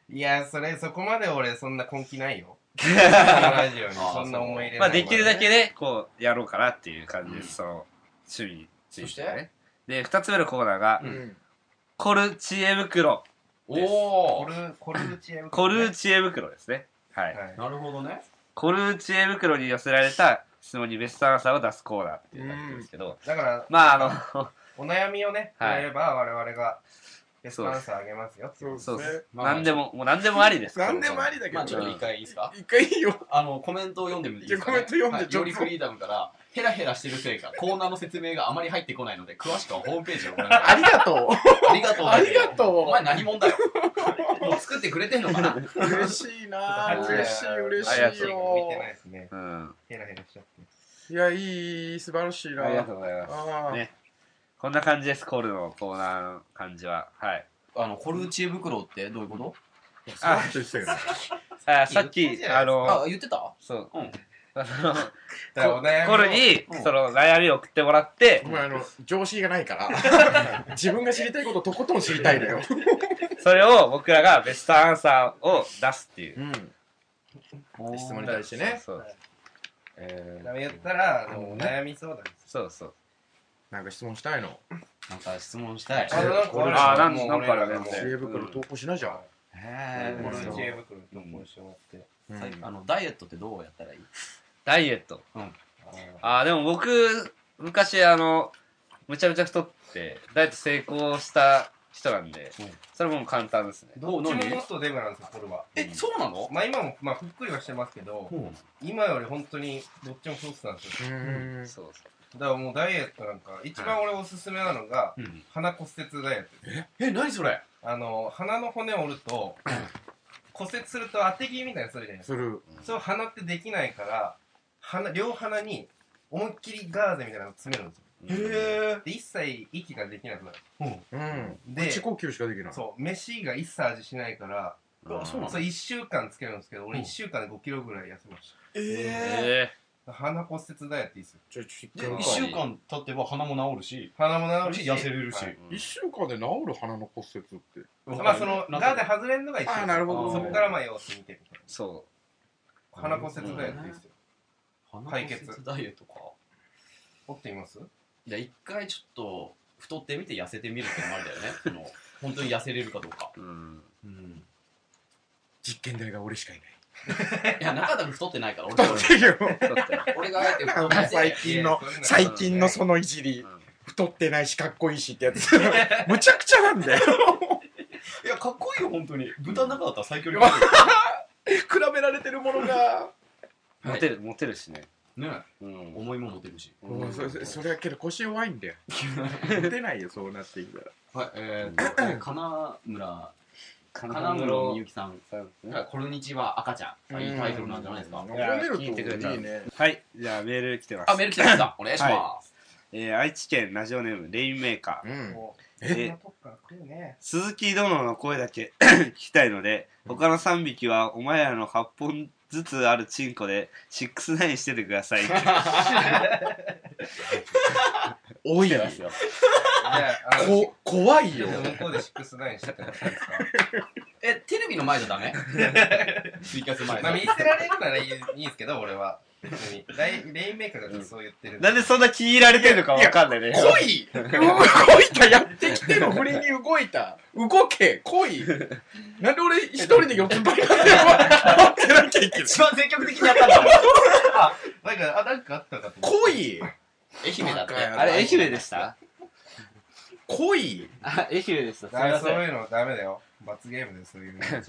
S6: いやそれそこまで俺そんな根気ない <laughs> よこのラジオにそんな思い入れ
S3: ま
S6: ない
S3: あ、できるだけね、こう、やろうかなっていう感じです。その、趣味についてね。で、二つ目のコーナーが
S4: う、
S1: ん
S3: コル知恵袋。
S6: コ
S4: おお
S6: ルコルチェ
S3: コル知恵袋ですね。はい。
S6: はい
S4: なるほどね。
S3: コル知恵袋に寄せられた質問にベストアンサーを出すコーナーっていう感じですけど、
S6: だから
S3: まあ、あの、
S6: お悩みをね
S3: はい
S6: やれば我々がベストアンサーあげますよっていう
S3: そうです。
S4: まあ
S3: 何でも、もう何でもありです。
S1: 何でもありだけど
S4: まあ、ちょっと一回いいですか
S1: 一回いいよ
S4: あの、コメントを読んでみていいですか、
S1: いやコメント読んで
S4: はい
S1: ちょっと
S4: よりフリーダムから、ヘラヘラしてるせい <laughs> か、コーナーの説明があまり入ってこないので、詳しくはホームページをご覧ください。
S1: ありがと
S4: <laughs> ありがとうだけど。
S1: ありがとう
S4: お前何者だよ。もう作ってくれてんのかな
S1: う嬉しいな嬉しい
S3: あり
S1: 嬉
S3: が
S1: しい
S3: と
S1: よ
S6: 見てないですね
S3: うん。
S6: ヘラヘラしちゃって
S1: いやいい素晴らしいな
S3: ありがとうございます。
S1: あー
S3: ねこんな感じです、コールのコーナーの感じは。はい。
S4: あの、コルチエ袋ってどういうこと
S3: あ
S1: ちょっと言ってたよね
S3: あさっ
S6: 言った
S3: き、
S6: じゃない
S3: あ
S4: あ
S3: の、、
S4: 言ってた
S3: そう。
S4: うん
S3: あの
S6: だからお悩みを
S3: コールに
S4: う、ん
S3: その、悩みを送ってもらって
S1: お、前あの常識がないから <laughs> 自分が知りたいこととことん知りたいのよ、
S3: それを僕らがベストアンサーを出すっていう。
S1: うん、質問に対してね
S3: そうそう。え
S6: ダメ言ったらあのお悩み相談です
S3: そうそう。
S1: なんか質問したいの
S4: なんか質問したい。
S1: あ
S6: なん
S1: これ
S6: か
S1: あ
S3: なんなんかあるね
S6: もう
S1: 知恵袋投稿しないじゃん、
S4: へ
S6: 俺
S1: うん
S6: の
S4: ー
S6: 知恵袋に投稿してもらって。
S1: うん
S4: 最あのダイエットってどうやったらいい
S3: ダイエット。
S6: あ
S3: ああ、でも僕、昔、あの、むちゃむちゃ太って、ダイエット成功した人なんで、
S4: うん
S3: それももう簡単ですね。
S6: ーどっちももっとデブなんですよ、これは。
S4: え、そうなの
S6: まあ今も、まあふっくりはしてますけど、今より本当にどっちも太ってたんですよ。
S1: うーん
S3: そうそ
S6: だからもうダイエットなんか、一番俺おすすめなのが、
S4: うん。
S6: 鼻骨折ダイエットです。
S1: え何それ
S6: あの、鼻の骨折る
S3: <coughs>
S6: と、骨折すると当て気味みたいなのするじゃないです
S1: す
S6: か。
S1: る
S6: それを鼻ってできないから、鼻、両鼻に思いっきりガーゼみたいなの詰めるんですよ。
S3: う。
S6: で、一切息ができなくなる。
S1: うん
S6: で、
S1: 口呼吸しかできない
S6: そう、飯が一切味しないから、
S4: うわそうなの
S6: それ1週間つけるんですけど、俺
S4: うん
S6: 1週間で5キロぐらい痩せまし
S4: え
S3: え
S6: た。鼻骨折ダイエットいいっすよ。
S1: ちょちょ
S4: で、
S1: 一
S4: 1
S1: 週
S4: 週間経てば鼻も治るし、
S6: 鼻も治るし。
S4: 痩せれるし
S6: は。い
S1: 一週間で治る鼻の骨折って
S6: まあその、ガーゼ外れるのが一週
S1: あ
S6: 間。
S1: なるほ
S4: ど
S6: そこからまあ様子見てる。
S3: そ
S6: 鼻骨折ダイエットいいっすよ。
S4: 解決ダイエットか。
S6: 折ってみます
S4: いや、一回ちょっと太ってみて痩せてみるってのもありだよね。その本当に痩せれるかどうか。
S3: う。うん。
S4: うん。
S1: 実験台が俺しかいない
S4: いや、中田君太って <laughs> ないから、俺が
S1: 太ってるよ
S3: 太ってる。
S4: 俺があえて太って
S1: 最
S4: て、
S1: 近の
S6: いやい
S1: <laughs>
S6: や
S1: 最近のそのいじり
S3: うん
S1: 太ってないしかっこいいしってやつ <laughs> むちゃくちゃなんだよ
S4: いや、かっこいいよ、本当に。豚の中だったら最強に
S1: かっ
S4: かっ
S1: <laughs> 比べられてるものが
S3: モテる、モテるしね。
S4: ね
S3: うん。
S4: 思いも持てるし。
S1: もうそそそれやけど腰弱いんだよ打てないよそうなっていくか
S4: はい、えー、金村、金村みゆきさん。
S3: さんですね
S4: こんにちは、赤ちゃん。
S1: ら
S4: いいタイトルなんじゃないですか。
S1: うん読めると
S3: いや聞いてくれた
S1: いいね
S3: はい、じゃあメール来てます。
S4: あ、メール来てますか。お願いします。
S3: えー愛知県ラジオネームレインメーカー。
S1: うん
S6: もう、
S3: え
S6: そんなとこから来るね。
S3: 鈴木殿の声だけ <coughs> 聞きたいので、他の3匹はお前らの8本ずつあるチンコで69しててください。
S1: 多い
S4: 来
S1: よ
S4: てますよ。
S6: じゃあ、あの、
S1: こ怖い
S6: 向
S1: よ
S6: こうで69してたらいいですか
S4: え、テレビの前じゃダメツイキャス前
S6: まあ見
S4: で。
S6: せられるならいいいいんですけど、俺は。別に。レイレインメーカーだとそう言ってるんで。
S3: なんでそんな気に入られてるのかわかんないね。
S1: 来い動いたやってき <laughs> ての振りに動いた動け来いなんで俺一人で四つ葉になって <laughs> 待ってなきゃいけない
S4: 一番積極的にやったんだもん。
S6: なんか、あ、なんかあったかと思っ
S1: 来い
S4: 愛媛だって。
S3: あれ、愛媛でした
S1: 来い
S3: あ、愛媛でした。すい
S6: て。あ
S3: ま
S6: そう
S3: せん。
S6: いうのダメだよ。罰ゲームでそういうの間違い。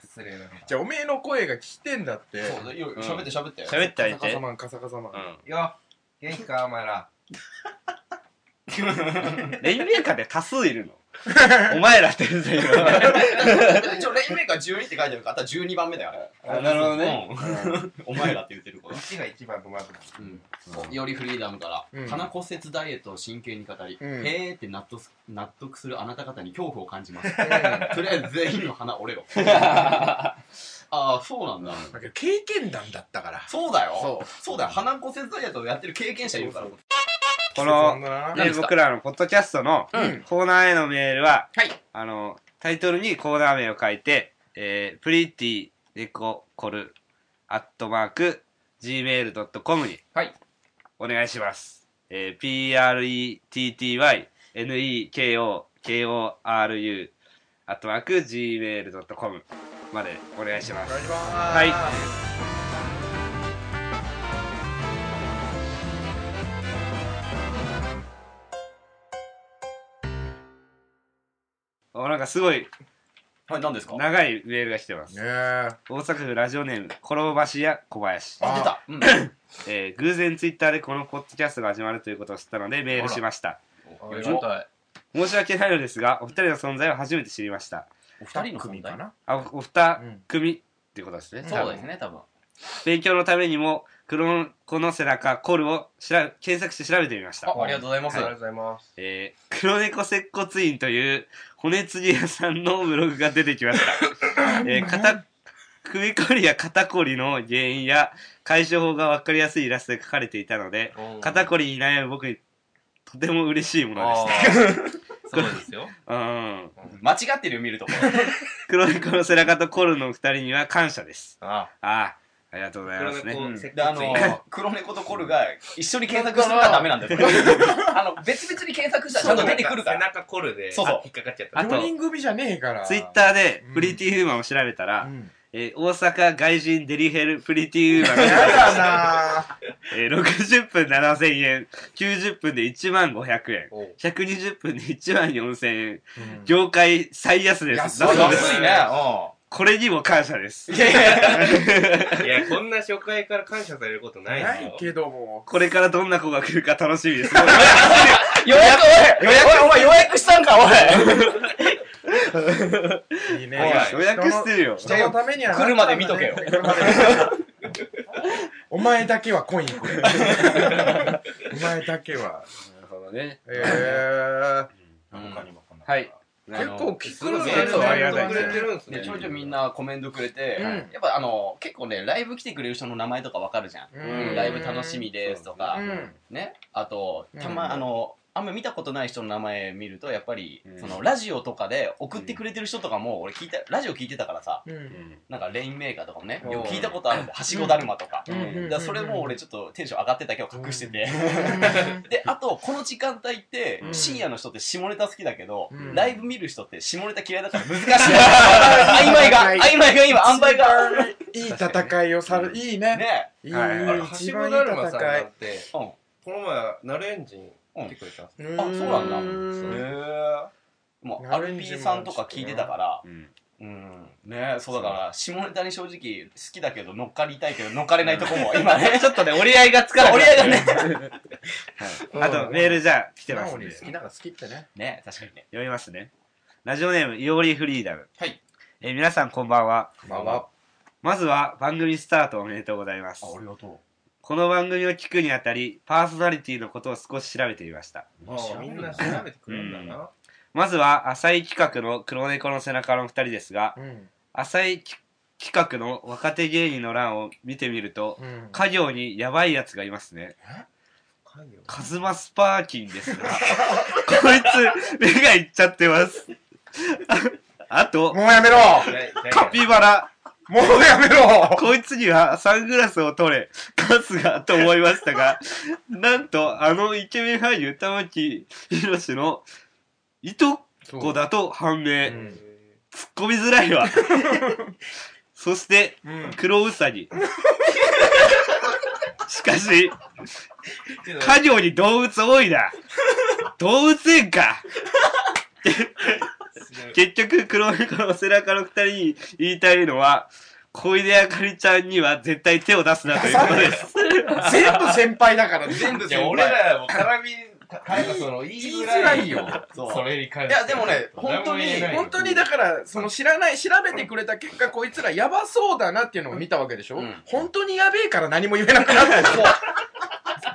S6: 失礼だから。
S1: じゃあおめえの声が聞いてんだって
S4: そう、よ喋って喋って。
S3: 喋ってあげ
S1: カ
S3: て。
S1: サ
S3: うん。
S1: マンカサカサマン
S6: よ、元気かお前ら。
S3: レインメーカーで多数い <laughs> るの。お前らって言うんだけ
S4: 一応、レインメーカー12って書いてあるから、あとは12番目だよ、
S3: ど。 <laughs> あなるほどね。
S4: うんお前らって言ってるから。
S6: 1が1番とまず。
S4: そうよりフリーダムから、
S1: うん
S4: 鼻骨折ダイエットを真剣に語り、
S1: うん
S4: へーって納得す納得するあなた方に恐怖を感じます。とりあえず全員の鼻
S1: <laughs>
S4: 折れろ。ああ、そうなんだ。
S1: だけど経験談だったから
S4: そうだよ。
S1: そ
S4: そうだよ。鼻骨折ダイエットをやってる経験者いるから。
S3: この
S1: そう、だな
S3: で僕らのポッドキャストの
S1: うん
S3: コーナーへのメールは、
S4: はい
S3: あのタイトルにコーナー名を書いて、えー、プリティネココルアットマーク gmail.com に
S4: はい
S3: お願いします、えー、PRETTYNEKOKORU アットマーク gmail.com までお願いしますはいおなんかすごい
S4: はい、何ですか
S3: 長いメールが来てます
S1: ねえ
S3: 大阪府ラジオネーム転ばしや小林
S4: あ、出た。うん。
S3: えー偶然ツイッターでこのポッドキャストが始まるということを知ったのでメールしまし
S4: あ
S3: た
S4: りがたい
S3: 申し訳ないのですがお二人の存在を初めて知りました
S4: お二人の
S1: 組
S4: 存在
S1: かな
S3: あおお二
S1: うん
S3: 組っていうことですね、多分
S4: そうですね、多分。
S3: 勉強のためにも「黒の子の背中コル」を調べ検索して調べてみました
S4: あ、ありがとうございます。
S6: ございます。
S3: えー、黒猫接骨院という骨継ぎ屋さんのブログが出てきました。えー、肩、首こりや肩こりの原因や解消法がわかりやすいイラストで書かれていたので、肩こりに悩む僕にとても嬉しいものでし
S5: そうですよ。
S3: た。うん。
S4: 間違
S1: <laughs>
S4: ってるよ、見るところ。
S3: 黒猫の背中とコルの二人には感謝です。
S5: あ
S3: ああ、ありがとうござい
S6: 黒
S3: ますね。
S6: 猫設
S4: で、あの
S6: 計、
S4: 黒猫とコルが一緒に検索するのはダメなん
S1: <laughs>
S4: だよ、これあの、別々に検索したらちゃんと出てくるから。
S6: 背中コルで、
S4: そうそう
S6: あ引っかかっちゃった。
S3: あと
S1: 4人組じゃねえから
S3: ツイッターで
S1: うん
S3: プリティーウーマンを調べたら、
S1: うん
S3: えー大阪外人デリヘルプリティーウーマ
S1: <laughs>
S3: ンが、
S4: <laughs>
S1: だ
S3: えー60分7000円、90分で1万500円、
S6: おう
S3: 120分で1万4000円、
S1: なぁ
S3: 業界最安です。
S1: 安い
S3: だそうです
S1: 安
S4: いね。
S3: これにも感謝です
S4: うん。。いやいや
S6: いや、こんな初回から感謝されることない
S1: な
S6: です
S1: い
S6: よ。
S1: けども
S3: これからどんな子が来るか楽しみです。
S4: 予約、おい予約、お前予約したんか、おい
S1: いいね
S4: はい
S3: 予約してるよ。
S1: 人のためには
S4: 来るまで見とけよ
S1: 車で <laughs> お前だけは来い
S4: <laughs>
S1: よこれお前だけは
S3: なるほどね。
S1: えー
S5: 他にもこんな
S3: はい。
S1: 結構聞くの
S4: すごいそうありが
S3: たい
S6: くれてるんす
S4: で、
S6: ね
S4: ち。ょいちょいみんなコメントくれて、
S1: うん
S4: やっぱあの、結構ね、ライブ来てくれる人の名前とかわかるじゃん。
S1: うん
S4: ライブ楽しみですとか、
S1: うん
S4: ね。あと、たま、
S1: うん
S4: あの、あんま見たことない人の名前見ると、やっぱり、
S3: うん
S4: その、ラジオとかで送ってくれてる人とかも、俺聞いた、ラジオ聞いてたからさ、 <laughs>
S1: うん
S4: なんかレインメーカーとかもね、
S3: うん
S4: よく聞いたことあるんだ。はしごだるまとか。
S1: うんうん
S4: だからそれも俺ちょっとテンション上がってたけど隠してて。で、あと、この時間帯って
S1: う、ん
S4: 深夜の人って下ネタ好きだけど、
S1: うん
S4: ライブ見る人って下ネタ嫌いだから <laughs> 難しい。曖昧が、曖昧が <laughs> 今、塩梅が。
S1: いい戦いをさるいいね
S4: ね。
S1: いい
S3: はい
S6: あれ、
S1: 一
S6: 橋
S1: 番
S6: 本
S1: いい
S6: だるまさん
S1: 戦
S6: ないんて、
S4: うん。
S6: この前、ナレンジに来てくれたんです
S1: うー
S4: あそうなんだ
S1: ん
S4: へえ。もう、アルピーさんとか聞いてたから、
S3: うん
S4: うん。ねそうだから、下ネタに正直好きだけど乗っかりたいけど乗っかれないとこも今 <laughs> ね、ちょっとね、折り合いがつかない。折り合いがね。
S3: あと、メールじゃあ来てます
S1: 直
S3: んで。
S1: に好きだから好きってね
S4: ね、確かにね。
S3: 読みますね。ラジオネーム、いおりフリーダム。
S4: はい。
S3: えー皆さんこんばんは。
S1: まあまあ
S3: まずは番組スタートおめでとうございます。
S4: りがと
S3: この番組を聞くにあたり、パーソナリティのことを少し調べてみました。
S6: よ。ああみんな調べてくれるんだな。
S3: まずは、浅井企画の黒猫の背中の二人ですが、
S1: うん
S3: 浅井き企画の若手芸人の欄を見てみると、
S1: うん
S3: 家業にやばいやつがいますね。
S6: 関与
S3: カズマスパーキンですが、こいつ、目がいっちゃってます。ああと、
S1: もうやめろ
S3: カピバラ。
S1: もうやめろ
S3: こいつにはサングラスを取れ、カスがと思いましたが、なんとあのイケメン俳優玉木宏のいとこだと判明。
S1: うん
S3: 突っ込みづらいわ。そして、
S1: うん
S3: 黒ウサギ。 <laughs> しかし、家業に動物多いな。動物園か。結局、黒猫の背中の二人に言いたいのは、小出あかりちゃんには絶対手を出す <laughs> なということです。
S1: 全部先輩だから全
S6: 全部
S4: いや
S6: 俺らも絡み、絡みその言い
S1: 言いづ
S6: づ
S1: ら
S6: ら
S1: い
S6: い
S1: よ
S6: よ。
S4: そう
S6: それに
S4: う。い
S6: 関して。
S4: や、で
S1: <laughs>
S4: もね、本当に、
S1: 本当にだからその知らない調べてくれた結果こいつらやばそうだなっていうのを見たわけでしょ、
S4: うん
S1: 本当にやべえから何も言えなくなったでしょ <laughs>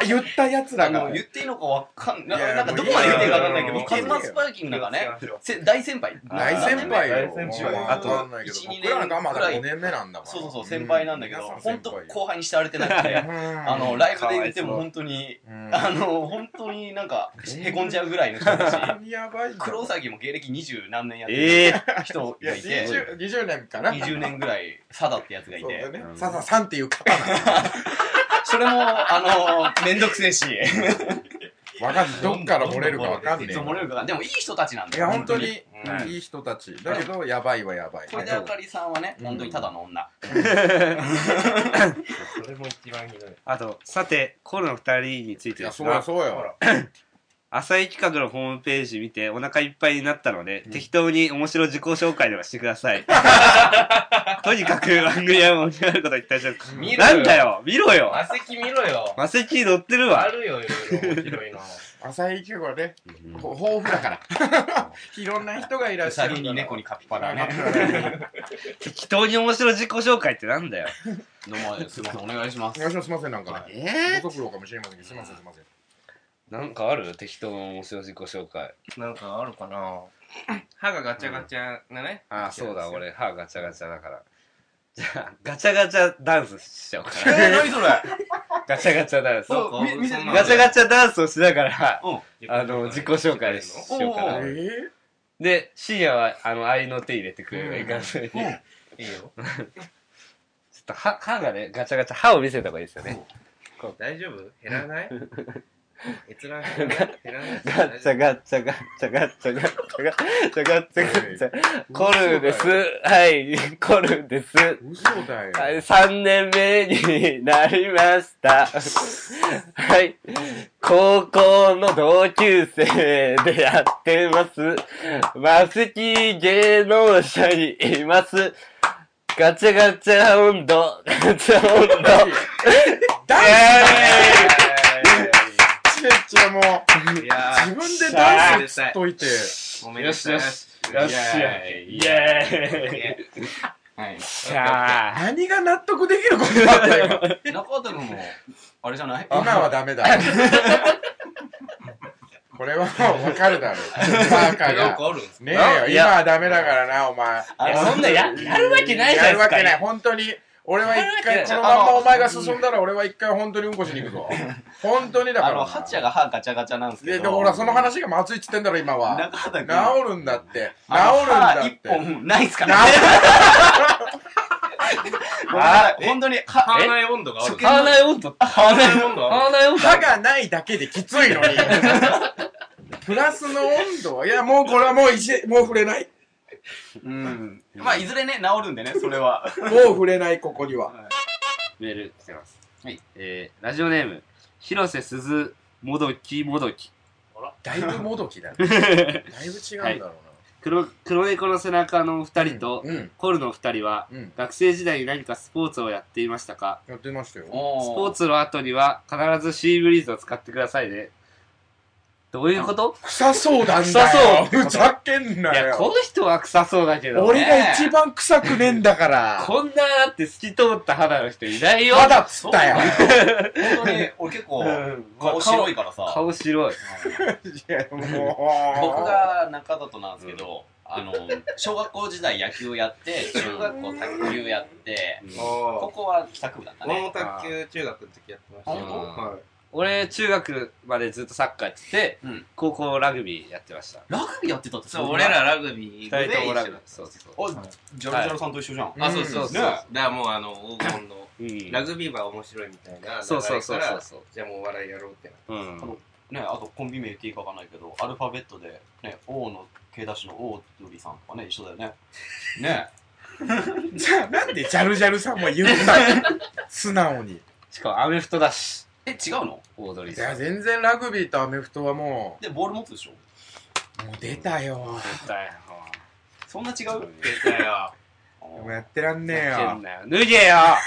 S1: 言ったやつ
S4: あ
S1: だから
S4: の、言っていいのかわかんないい。
S1: や
S4: なんかどこまで言っていいかわかんないけ
S1: もうい
S4: ど、
S1: いよ
S4: カズマスパーキングなんかね、せ大先輩。
S1: 大先輩よ。
S6: 大先輩
S1: もう
S3: あと
S1: わかんないけど
S4: 1
S1: 僕らなんかまだ5年目なんだから。
S4: そうそうそう、先輩なんだけど、本当後
S1: う
S4: 輩にしてられてなく
S1: <laughs>
S4: て、
S1: ん。
S4: あの、ライブで言っても本当に、
S1: うん、
S4: あの、本当になんか、へこんじゃうぐらいの人だ
S1: <laughs>
S4: し、
S1: やばいな。
S4: 黒ウサギも芸歴二十何年やって
S3: ええ
S4: る人
S1: いや、
S4: がいて、
S1: 20, 20年かな。
S4: 20年ぐらい、サダってやつがい
S1: そうだ
S4: て、
S1: ね
S3: う。ん
S1: さささんっていう方な
S4: それも、あの、めんどくせ
S1: <laughs>
S4: えし、
S1: の。わかんない。どっから漏れるかわかんねえ
S4: そう漏れるから、でもいい人たちなんだ
S1: い
S4: よ。
S1: や、本当
S4: に。
S1: に
S3: うん
S1: いい人たち。だけど、やばいはやばい。
S4: 小出あかりさんはね、本当にただの女。
S6: それも一番ひどい。
S3: あと、さて、コロの二人につい
S1: い
S3: てで
S1: や、
S3: す
S1: そうや、
S3: が、
S1: そう
S6: ほ
S1: や
S6: ら。
S3: 浅井企画のホームページ見てお腹いっぱいになったので、適当に面白自己紹介でもしてください。とにかく番組は盛り上がることに対して、
S6: 見ろ
S3: な
S6: よ
S3: んだよ見ろよ
S6: マセキ見ろよ。
S3: マセキ乗ってる
S6: あ
S3: わ
S6: るよ、いろいろ面白いの。
S1: 浅井企はね、ほ豊富だから。いろんな人がいらっ
S4: う
S1: しゃ
S4: さ
S1: る。
S4: ぎに猫にカピバラね。
S3: 適当に面白自己紹介ってなんだよ。
S4: どうも、すみません、お願いします。
S1: お願いします、すいません、なんかね。
S3: え
S1: ご足労かもしれませんけど、すいません、すいません。
S3: なんかある適当な面白自己紹介。
S6: なんかあるかな歯がガチャガチャなね。
S3: ああ、そうだ、。俺、歯ガチャガチャだから。じゃあ、ガチャガチャダンスしちゃおうか
S4: えー、何それ
S3: な。 <laughs> ガチャガチャダンス。
S4: お
S3: ガ
S4: み見せて
S3: チャガチャダンスをしながら、
S4: うん。
S3: あの、自己紹介しようか
S4: お
S3: な
S4: う。
S1: え
S3: で、深夜は、あの、愛の手入れてくれるいかんそれに。ちょっ
S6: いいよ。
S3: っと歯歯がね、ガチャガチャ、歯を見せた方がいいですよね。
S6: 大丈夫減らない閲覧減らない減らない
S3: ガッチャガッチャガッチャガッチャガッチャガッチャガッチャガッチャ。コルです。はい、コルです。
S1: 嘘だよ。
S3: はい、3年目になりました。はい。高校の同級生でやってます。マスキー芸能者にいます。ガチャガチャ温度、ガチャ温度。イェーイ
S1: ちえちえもう、
S6: いや
S1: 自分でダンス
S6: ー
S1: しといて。
S6: ごめんなさい
S3: よしよよっしゃイエーイ
S4: はい。
S3: しゃあ
S1: 何が納得できることだった今。
S4: <laughs> 中畑君も、あれじゃない
S1: 今はダメだ。これはもう分かるだろ。マーカー
S6: なん
S1: が
S6: か。あるんです
S1: ねえよ、今
S3: いや
S1: はダメだからな、お前。
S3: いやそんなややるわけないじゃない
S1: や
S3: で
S1: る
S3: す
S1: わ
S3: か
S1: けない、本当に。俺は一
S3: やるわけない
S1: 回、このまんまお前が進んだら俺は一回本当にうんこしに行くぞ。本当にだか
S4: あ
S1: ら。
S4: の、ハチャが歯ガチャガチャなんです
S1: で、
S4: け
S1: で
S4: ど。
S1: ほら、その話がまずいっつってんだろ、今は。
S4: 中畑君。
S1: 治るんだって。治
S4: あ
S1: るん
S4: の
S1: だって。
S4: 歯一本ないっすからね。
S1: 治
S4: あ、 <laughs> 本当に歯、
S6: 体内温度があるんです
S3: ハーナイ温度
S6: 体
S5: <laughs>
S6: 内温度ある
S3: ハーナイ温
S1: る
S3: 度
S1: 歯がないだけできついのに。プラスの温度はいや、もうこれはもういじ、もう触れない。
S4: うん。まあ、いずれね、治るんでね、それは。
S1: もう触れない、ここには。
S3: メール来てます。
S4: はい。
S3: えー、ラジオネーム、広瀬すず、もどきもどき。
S1: だいぶもどきだね。だいぶ違うんだろ
S3: 黒、黒猫の背中のお二人と、
S1: うな。うん。
S3: コルのお二人は、
S1: うん。
S3: 学生時代に何かスポーツをやっていましたか
S1: やってましたよ。
S3: スポー
S4: ツ。
S3: ツの後には、必ずシーブリーズを使ってくださいね。どういうこと
S1: 臭そうだんだよ。
S3: 臭そ
S1: ふ
S3: う
S1: ざけん
S3: い
S1: な
S3: や、こ
S1: よ。
S3: の人は臭そうだけど。
S1: 俺が一番臭くねえんだから。
S3: こんなだって透き通った肌の人いないよ。
S1: まだっつったよ。
S4: 本当に、俺結構
S3: う、ん
S4: 顔白いからさ。
S3: 顔白い。
S1: いや、もう。
S4: 僕が中里なんですけど、あの、小学校時代野球やって、中学校卓球やって、
S6: あ
S4: ここは帰宅部だった
S6: ー俺も
S4: ね。
S6: 卓球中学の時やってました
S4: あ本
S6: はい
S3: 俺、中学までずっとサッカーやってて、
S4: うん
S3: 高校ラグビーやってました。
S4: ラグビーやってたってす
S6: そ
S4: ご
S6: う、
S4: く
S6: 俺
S4: ない
S6: らラグビー
S3: 二
S6: 部
S3: 人と
S6: で
S3: も
S6: 一
S3: ラ
S6: 緒
S3: グビ
S6: だ
S3: ー。そうそう
S4: お、ジャロジャロさんと一緒じゃん。
S1: うん
S6: あ、そうそうそう。
S3: ね
S6: だからもうあの、黄金の、
S3: うん
S6: ラグビーは面白いみたいな。
S3: そうそうそう
S6: 流れ
S3: そう
S6: から
S3: そう。
S6: じゃあもうお笑いやろうってな。
S3: うん。
S4: ね、あとコンビ名言っていいかわかんないけど、アルファベットで、ね、王の系出しの王鳥さんとかね、一緒だよね。ね。
S1: じゃあ、なんでジャルジャルさんも言ったの素直に。
S3: しかもアメフトだし、
S4: え、違うの
S3: オードリー
S1: い
S3: さ
S1: や、
S3: ん。
S1: 全然ラグビーとアメフトはも
S4: で、ボール持つでしょ
S1: う、もう出たよ。
S3: 絶対
S4: そんな違う
S6: 出たよ。
S1: もうやってらんねえ
S3: ふざけ
S1: よ
S3: ん。なよ。脱げよ
S4: あ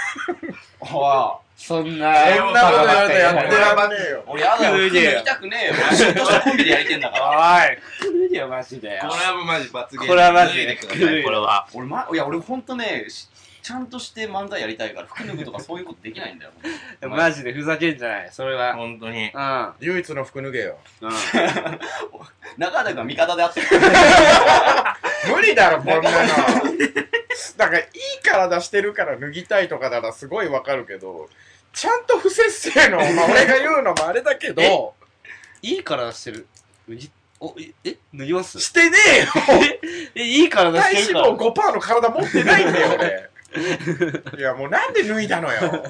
S4: あ。
S3: そ
S1: そ
S3: んな。
S1: んなこと言われたらや
S3: お
S1: っ
S3: い
S1: てらんねえよ。
S4: 俺やだよ。
S3: 脱いでよ
S4: 行きたくねえよ。シュッとしたコンビでやりてんだから。
S3: <laughs> 脱げよ、マジでよ
S6: こ。れはもうマジ罰ゲーム。
S3: これはマジ
S6: 脱い
S3: で
S6: でくださいこれは。
S4: 俺、ま、いや、俺ほんとね、しちゃんとして漫才やりたいから、服脱ぐとかそういうことできないんだよ。
S3: マジでふざけんじゃない。それは。
S6: 本当に。
S3: う
S1: 唯一の服脱げよ。
S3: ん。うん。
S4: 中田君は味方であって。
S1: 無理だろ、こんなの。なんか、いい体してるから脱ぎたいとかならすごいわかるけど、ちゃんと不摂生の、まあ、俺が言うのもあれだけど、
S3: <laughs> いい体してる。脱ぎ、お、いえ、脱ぎます
S1: してねえよ
S3: え、いい体
S1: 体
S3: して
S1: 脂
S3: るから
S1: 肪。5%の体持ってないんだよ、俺。いや、もうなんで脱いだのよ。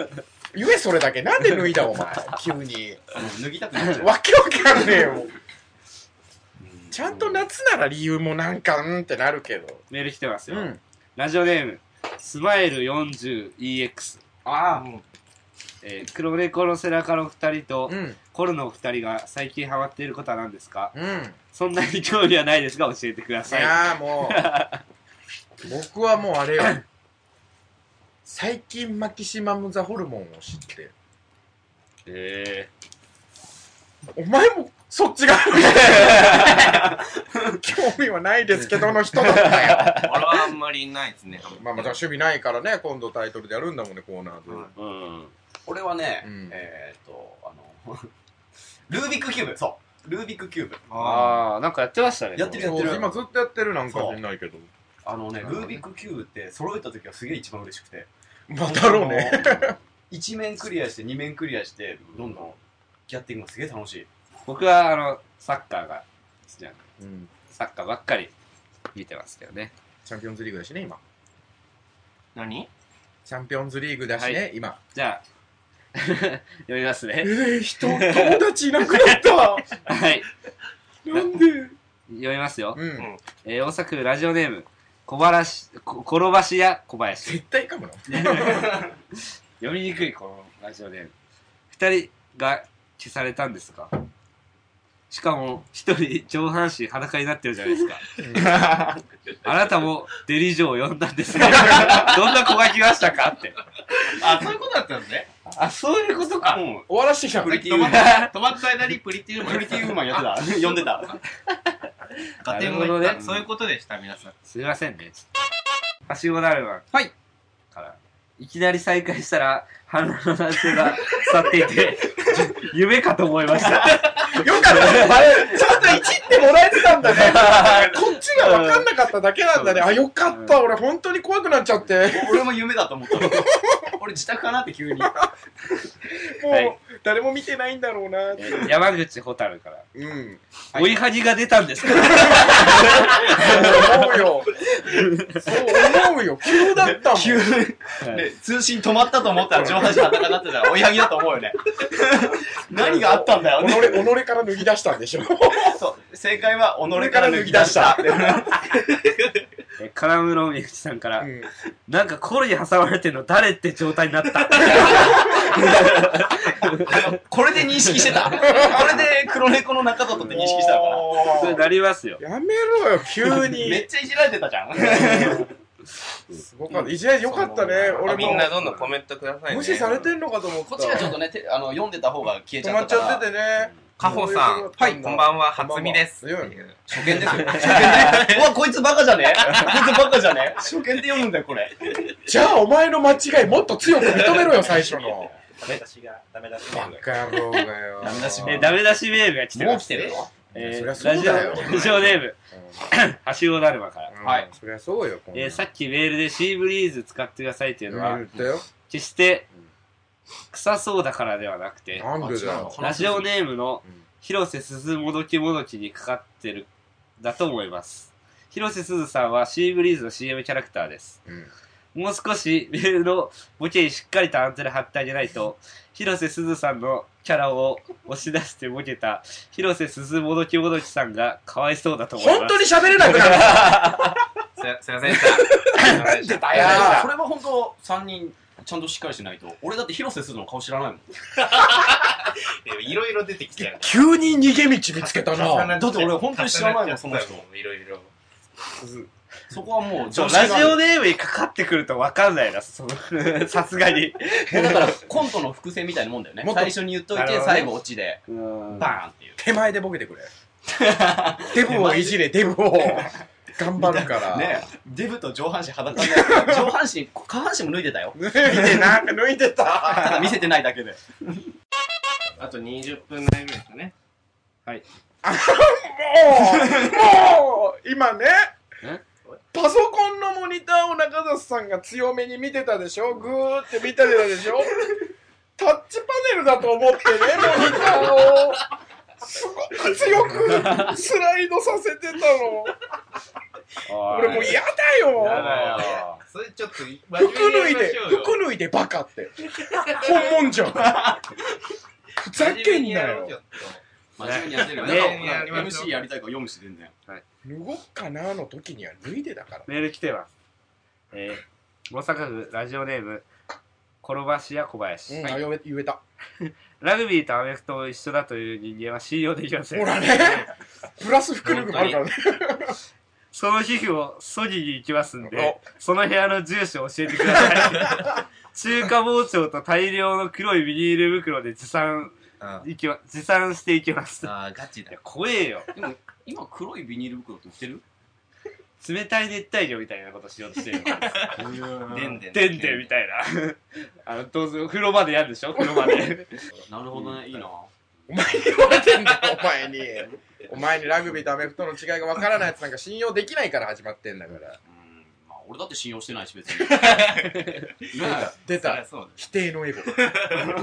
S1: ゆえそれだけ、なんで脱いだお前、急に。
S4: 脱ぎたくなっちゃう。
S1: わけわかんねえよ。ちゃんと夏なら理由もなんか、うんってなるけど。
S3: メール来てます
S1: う
S3: よ。
S1: ん。
S3: ラジオネーム、スマイル 40EX。ああ、
S6: うん
S3: えー黒猫の背中の二人と、
S1: うん。
S3: コルのお二人が最近ハマっていることは何ですか
S1: うん。
S3: そんなに興味はないですが教えてくだ
S1: い
S3: さい。
S1: やーもう、僕はもうあれよ。最近マキシマム・ザ・ホルモンを知って。
S3: え
S1: お前もそっちが興味はないですけどの人だったよ。 <laughs>
S6: 俺はあんまりいないですね。
S1: まあまあ、趣味ないからね、今度タイトルでやるんだもんね、コーナーで。
S6: はい
S3: ー、うん。
S4: 俺はね、
S1: うん
S4: えーっと、あの、 <laughs> ルービックキューブ。そう。ルービックキューブ。
S3: ああ、なんかやってましたね。
S4: やってる
S1: そ
S4: や
S1: う
S4: ってる。
S1: 今ずっとやってるなんか知んないけど。
S4: あのね、ルービックキューブって揃えた時はすげえ一番嬉しくて。
S1: まあ、だろうね。
S4: 一面クリアして、二面クリアして、どんどんやっていくのすげえ楽しい。
S3: 僕は、あの、サッカーが好きなんで、
S1: うん。
S3: サッカーばっかり見てますけどね。
S1: チャンピオンズリーグだしね、今。
S6: 何
S1: チャンピオンズリーグだし
S7: は
S1: ね、今。
S7: じゃあ、読みます
S1: <laughs> え
S3: <laughs>
S7: ね。
S1: ー、人、友達いなくな <laughs> った
S7: はい。
S1: なんで
S7: 読みますよ。
S1: うん。
S7: えー大阪府ラジオネーム、小ばらし、こ転ばし屋小林。
S1: 絶対かむの。
S7: 読みにくいこのラジオで二人が消されたんですかしかも一人上半身裸になってるじゃないですか <laughs> あなたもデリジョーを呼んだん <laughs> ですねどんな子が来ましたかって
S5: あ、そういうことだったんですね。
S7: あそういうことか
S1: 終わらしてきた
S4: プ
S1: の
S4: リティウーマン。止まった間にプリティウーマン。プリティウーマンやってた。呼んでた。
S5: 家庭
S7: なるほ
S5: も
S7: どね
S5: ね、そういうことでした、皆さん。
S7: すいませんねはしごだるまはいからいきなり再会したら反乱の男性が去ってい <laughs> て夢かと思いました
S1: よか
S3: <laughs>
S1: ったあれ、ちゃんといじってもらえてたんだね。こっちが分かんなかっただけなんだね。あ、よかった。俺、本当に怖くなっちゃって。
S4: 俺も夢だと思った。俺自宅かなって急に。
S1: もう、
S7: はい
S1: 誰も見てないんだろうなって。
S7: 山口蛍から
S1: うん。
S7: 追いはぎが出たんですか
S1: 思うよ。そう思うよ。急だったもん。
S4: 急で、通信止まったと思ったら上半身裸になってたら追い上げだと思うよね。 <laughs> 何があったんだよ。
S1: 己、己から脱ぎ出したんでしょ。
S4: そう正解は己から抜き出した。
S7: えカラムロミユキさんから、
S1: うん
S7: なんかコロに挟まれてるの誰って状態に <laughs> なった。
S4: <laughs> これで認識してた。これで黒猫の中里って認識したのか
S7: それなりますよ。
S1: やめろよ、急
S4: <laughs> な。め
S1: に
S4: っ。ちゃいじられてたじゃん。
S1: すごかった。いじらよかったね。俺
S6: み
S1: も
S6: ん。などんどんコメントくださいね。
S1: 無視されてんのかと思った。
S4: こっちがちょっとね、てあの読んでた方が消えち
S1: 止
S4: ゃ
S1: ま
S4: っ
S1: っちゃ
S4: た
S1: っ
S4: か
S1: ててね。
S6: カホさん、
S1: は
S6: はいい、こんばんは、初見です。
S1: こんばんは
S6: っていう
S4: ら。初見です
S6: <laughs>
S4: よ。初見だ <laughs> ようわ、こいつバカじゃねこいつバカじゃね初見で読むんだよ、これ。
S1: じゃあ、お前の間違いもっと強く認めろよ、最初の。
S5: 私がダメ出し
S1: バカ野郎がよ。
S4: ダメ出し
S7: え、ダメ出しメールが来て
S4: もう
S7: ま
S4: 来
S7: す。
S4: てるの
S7: え
S1: そ
S7: ー
S1: りゃそう
S7: ラジオ、
S1: だよ
S7: ラジオネーム、はしごだるまから。
S1: はい。そりゃそうよ、こんな
S7: えー
S1: の
S7: さっきメールでシーブリーズ使ってくださいっていうのは
S1: 言、ったよ。
S7: 決して、臭そうだからではなくて、
S1: なんでだよ。
S7: ラジオネームの
S1: うん
S7: 広瀬すずもどきもどきにかかってる、だと思います。広瀬すずさんはシーブリーズの CM キャラクターです。
S1: うん
S7: もう少しメールのボケにしっかりとアンテナ張ってあげないと、広瀬すずさんのキャラを押し出してボケた、広瀬すずもどきもどきさんがかわいそうだと思います。
S1: 本当に喋れ <laughs> なくなる。
S6: すすいませんでした。なんで
S1: いやー
S4: これは本当三人、ちゃんとしっかりしないと。俺だって広瀬すずの顔知らないもん。
S5: いろいろ出てきてる。
S1: 急に逃げ道見つけたな。
S4: だって俺本当に知らないもんその人
S5: いろいろ。
S4: そこはもう
S7: ちょ
S4: 常識があ
S7: ラ
S4: る
S7: ジオネームにかかってくるとわかんないな、そのさすがに。
S4: もうだからコントの伏線みたいなもんだよね
S1: もっと
S4: 最初に言っとい
S7: な
S4: て
S7: るほどね
S4: 最後オチでバーンっていう
S1: 手前でボケて <laughs> くれ。デブをいじれ、デブを。頑張るから。
S4: ねえデブと上半身裸になって <laughs> 上半身下半身も脱いでたよ
S1: 抜いて、なんか抜いてた。
S4: ただ見せてないだけで
S6: あと20分内ぐらいですかね。
S1: もう、もう、今ね
S7: え。
S1: パソコンのモニターを中里さんが強めに見てたでしょぐーって見てたでしょタッチパネルだと思ってね、モニターを。すごく強くスライドさせてたの。俺もう嫌だよ。
S7: やだよ。
S6: それちょっと、服
S1: 服脱いで、服脱いでバカって。本物じゃん。ふざけんなよ。
S4: 真面目にやってるよ
S7: ね
S4: ね
S6: ねやりましょう
S4: MC やりたいから読むし全然
S1: 脱ごっかなの時には脱いでだから。
S7: メール来てます。えー、大阪府ラジオネーム、転ばしや小林。
S1: うん、あ、言え言えた。
S7: ラグビーとアメフトを一緒だという人間は信用できません
S1: ほ。らね。 <laughs> プラス服脱ぐもあるからね。
S7: その皮膚をそぎに行きますんで
S1: お、
S7: その部屋の住所を教えてください。 <laughs> 中華包丁と大量の黒いビニール袋で持参、
S6: あ
S7: いきま、持参していきます。い
S6: あー、ガチだ
S7: や、。怖えよ。
S4: でも今黒いビニール袋って売ってる
S7: 冷たい熱帯魚みたいなことしようとしてるよ。 <laughs>
S6: でんでん。
S7: でんでんみたいな。 <laughs> あの、 <laughs> どうぞ、風呂場でやるでしょ風呂場で。
S4: なるほどねいいな
S1: お前に言われてんだよ、お前に。お前にラグビーとアメフトの違いがわからないやつなんか信用できないから始まってんだから。
S4: うんまあ俺だって信用してないし別 <laughs> にねえ
S1: 出
S6: そりゃ
S1: た。
S6: そうだよ
S1: 否定のエゴ。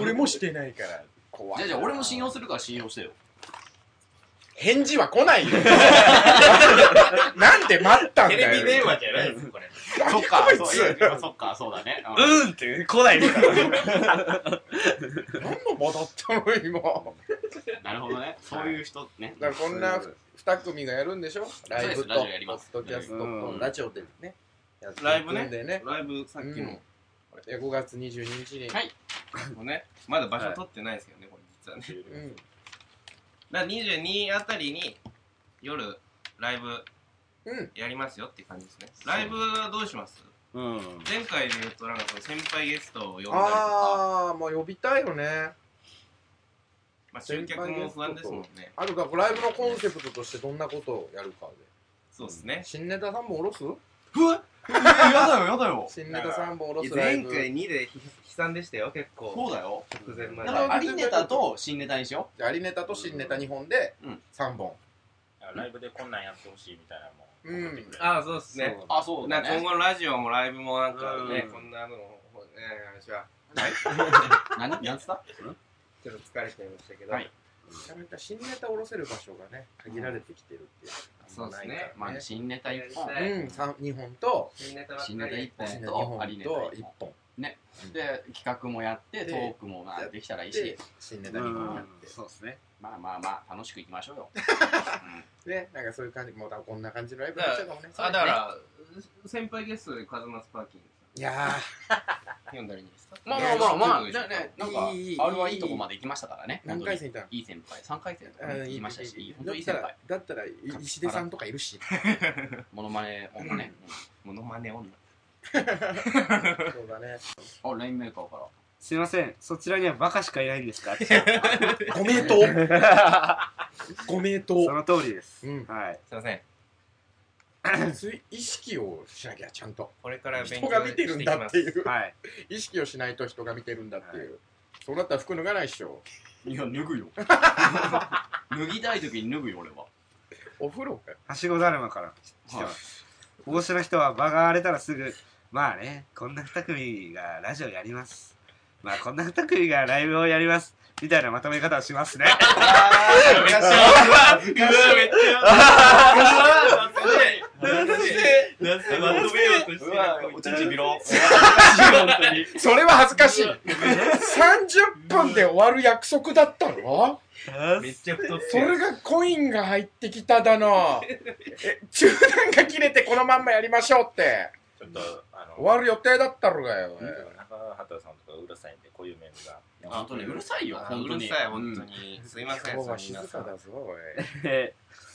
S1: 俺もしてないから。怖い。
S4: じゃあじゃあ俺も信用するから信用してよ
S1: 返事は来ないよ。なんで待ったん
S5: テ
S1: だよ。
S5: レビ電話じゃないです、これ。
S4: そっか
S1: こい、
S4: <laughs> そう
S1: つ
S4: いやそっか、そうだね。うん
S7: うんって来ないですから
S1: 何の場だったの今。
S4: なるほどね。そういう人ね。
S1: だからこんな二組がやるんでしょライブと、
S4: ラ
S1: ポ
S4: ジオやり
S1: ッ
S4: ます
S1: ドキャスト
S7: う
S1: と
S7: ん、
S1: ラジオでね。やっていくん
S5: ライブね
S1: でね。
S6: ライブさっきの、
S1: で5月22日に。
S4: はい
S6: もうね、まだ場所取ってないですけどね、これ実はね。
S1: うん。
S6: だから22あたりに夜ライブ
S1: うん
S6: やりますよって感じですね。ライブどうします
S7: うん
S6: 前回で言うとなんかその先輩ゲストを呼んだりとか、
S1: あー、もう呼びたいよね。
S6: まあ、集客も不安ですもんね。
S1: あとだからライブのコンセプトとしてどんなことをやるか
S6: そうです
S1: で。
S6: ね。
S1: 新ネタ3本おろす
S4: うわやだよ、やだよ。
S1: 新ネタ3本おろすライ
S6: 前
S1: ブ。
S6: 回2で悲惨でしたよ、結構。
S4: そうだよ。
S6: 直前ま
S4: だ
S6: で
S4: か。ら、アリネタと新ネタにしよ
S1: じゃあアリネタと新ネタ2本で
S4: うん
S1: 3本。
S5: ライブでこんなんやってほしいみたいなも
S1: うん
S5: 送ってくれる
S6: ああ、そうですね。
S4: う。あ、そう
S6: な
S4: だ
S6: んか今
S4: ね。
S6: 後のラジオもライブもなんかね
S7: う、ん
S6: こんなの、ね、話は、
S4: 何、何つった
S6: ちょっと疲れちゃいましたけど、
S4: はい
S1: ちなみに新ネタおろせる場所がね、限られてきてるっていう。
S6: そうですね
S4: まあ、新ネタ一本。
S6: は
S1: う
S6: い
S1: ん、三二本と、
S6: 新ネタばっ
S4: 新
S6: か
S4: ネタ一
S6: り
S4: 本
S1: 新ネタ2
S4: とアリ
S1: 本
S4: ネタ
S1: と
S4: 一
S1: 1
S4: 本。
S1: 本。
S4: で、企画もやって、トークもまあできたらいいし
S1: で、、新ネタ
S7: う
S1: 2本や
S7: ん
S1: っ
S7: そうですね
S4: まあまあまあ、楽しくいきまし <laughs> ょうよ。
S1: て。ね、なんかそういう感じ、もうだからこんな感じのライブになっちゃうかもね。
S6: あ、だから、先輩ゲストでカズマスパーキング
S1: いや
S6: さん呼んだりにした
S4: まあまあまあまあ、ね、
S6: ちょっと
S4: ねなんか、あれはいいとこまで行きましたからね。
S1: ー、何回戦いたの
S4: いい先輩、3回戦とか
S1: うん
S4: ね言いましたし、本
S1: だ
S4: 当
S1: っ
S4: にいい
S1: た
S4: 先輩
S1: ら。、だったらい石出さんとかいるし。
S4: モノマネもね。
S6: モノマネ
S1: <laughs>
S6: 女。
S1: そうだね。
S4: あ、ラインメーカーから。
S7: すいませんそちらにはバカしかいないんです <laughs> か
S1: ご名 <laughs> 答ご名
S7: そ
S1: 答
S7: の通りです
S1: うん。
S7: はい
S6: すいません。
S1: 意識をしなきゃ、ちゃんと。
S6: これから勉強
S1: 人が見てるんだって
S6: う。
S1: いう。
S7: はい
S1: 意識をしないと人が見てるんだっていう。そうなったら服脱がないっしょ。
S4: いや、脱ぐよ。脱ぎたい時に脱ぐよ、俺は。
S1: お風呂かよ。
S7: はしごだるまから来てます大城の人は場が荒れたらすぐまあねこんな二組がラジオやりますまあこんな二組がライブをやりますみたいなまとめ方をしますね
S6: めっちゃ、うわ、めっちゃ、まとめようとして
S4: うわ、おちんちん見ろ。
S1: それは恥ずかしい。30分で終わる約束だったの
S6: めっちゃ太っ
S1: そ
S6: てる。
S1: れがコインが入ってきただ <laughs> の。え中断が切れてこのまんまやりましょうって。
S5: ちょっと、あの、
S1: 終わる予定だったろがよ。
S5: 中畑さんとかうるさいんで、こういう面が。
S4: 本当にうるさいよ、
S6: あ
S4: 本
S6: う
S4: 当
S6: る
S4: に。
S6: さい、本当に。すいません、
S1: 今日は
S6: そ
S1: 静
S6: の皆
S1: か
S6: さん
S1: だぞ、おい。
S7: えー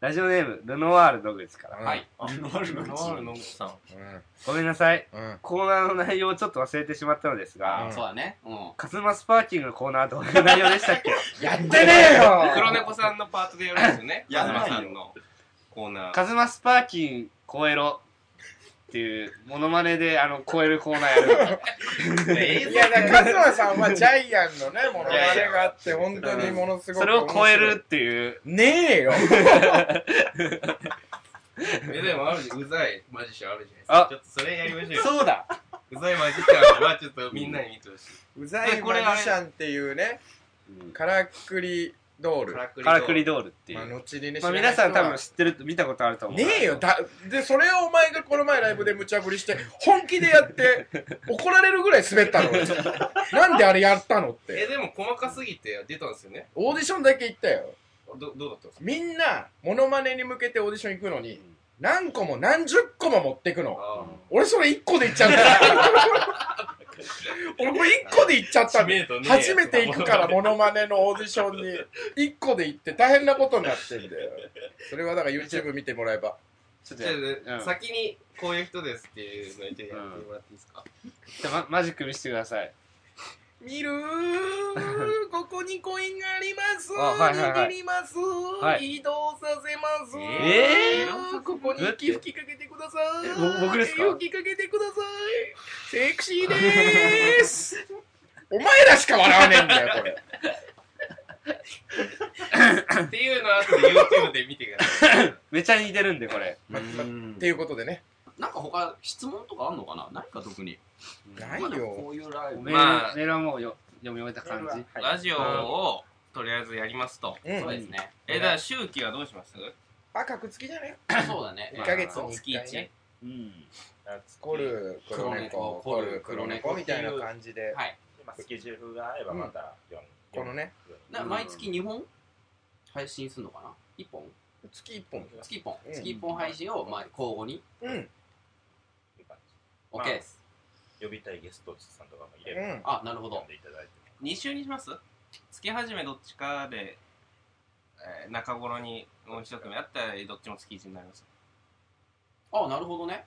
S7: ラジオネームルノワール野口から
S4: はい。なる
S6: ノワールの奥さん。
S1: う
S7: ごめんなさい
S1: ん。うん。
S7: コーナーの内容をちょっと忘れてしまったのですが、
S4: そうだね。うん。
S7: カズマスパーキングのコーナーはどういう内容でしたっけ
S1: やってねえ
S6: <laughs> 黒
S1: よ
S6: 猫さんのパートでやるんですよね。
S4: やらないよ
S6: カズマさんのコーナー。
S7: カズマスパーキング超えろっていうモノマネであの超えるコーナーやるの
S1: いや、だから、カズマさんはジャイアンのね、ものまねがあって、本当にものすごく。
S7: それを超える。っていう
S1: ね <laughs> えよ。
S6: え、でもあるじ、うざいマジシャンあるじゃないですか。
S7: あ
S6: ちょっとそれやりましょうよ。
S7: そうだ
S6: うざいマジシャンはちょっとみんなに見てほしい。
S1: うざいマジシャンっていうね、からくりドール。
S6: く
S7: カラクリドールってい
S1: まあ、
S7: う、
S1: 後にね、
S7: まあ、
S1: 知らな
S7: 皆
S1: い人は
S7: さん多分知ってる見たことあると思う
S1: ねえよだでそれをお前がこの前ライブで無茶ぶりして本気でや <laughs> って怒られるぐらい滑 <laughs> ったの俺なんであれやったのっ
S6: え、
S1: て
S6: でも細かすぎて出たんですよね。
S1: オーディションだけ行ったよ
S6: ど、どうだったんですか
S1: みんなモノマネに向けてオーディション行くのに何個も何十個も持ってくの
S6: あ
S1: 俺それ1個で行っちゃうんだよ俺もう1個で行っちゃったの
S6: 知名度ね
S1: 初めて行くからモノマネのオーディションに1個で行って大変なことになってんだよそれはだから YouTube 見てもらえば
S7: ちょっ
S6: じ
S7: と
S6: ゃ
S7: や
S6: あ、先にこういう人ですっていうのをちょっとやってもらっていいですか
S7: じゃあまマジック見せてください
S1: 見るーここにコインがあります
S7: あはいはいはい
S1: 握ります、
S7: はい
S1: 移動させます
S7: えー
S1: ここに息吹きかけてください
S7: えぼ僕ですか
S1: 息吹きかけてくださいセクシーでーすお前らしか笑わねえんだよこれ
S6: っていうのを後で YouTube で見てくだ
S7: <laughs>
S6: さい。
S7: めちゃ似てるんでこれ
S1: っていうことでね
S4: なんか他質問とかあんのかな何か特に。
S1: ない
S4: まあでも
S1: よ
S4: こういうライブ。
S7: メール,、
S6: まあ
S7: メールはもうよ読み終えた感じ
S6: ラジオを
S3: とりあえずやりますと。
S1: うん
S4: そうですね。
S3: え、だから、周期はどうします
S1: あ、格付きじゃね
S4: そうだね。
S1: 一ヶ月に
S4: 月
S1: 一回ね
S4: 一。
S8: うん。
S1: 夏コル、黒猫、コル、黒猫みたいな感じで、
S4: はい。
S5: 今スケジュールが合えばまた読む。
S1: このね、
S4: な毎月2本配信するのかな ?1 本
S1: 月1本。
S4: 月1本
S1: う。ん
S4: 月1本配信を、まあ、交互に。
S1: うん、
S5: まあ
S4: OK です。
S5: 呼びたいゲストさんとかもいうれば、
S1: ん。
S4: あ、なるほ
S5: 呼
S4: ど
S5: ん。でいただいて。
S3: ?2 週にします月始めどっちかで、えー中頃にもう一組あったら、どっちも月1になります。
S4: あ、なるほどね。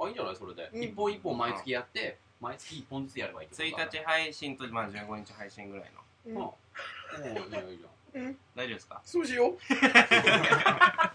S4: あ、いいんじゃないそれで。
S1: うん
S4: 1本1本毎月やって、毎月1本ずつやればいいってことだ
S3: 1
S4: ね。
S3: 日配信と、まあ、15日配信ぐらいの。
S1: うん
S4: あおーいいじゃんいいじゃん。
S3: 大丈夫ですか
S1: そう
S4: <laughs>
S1: しよう。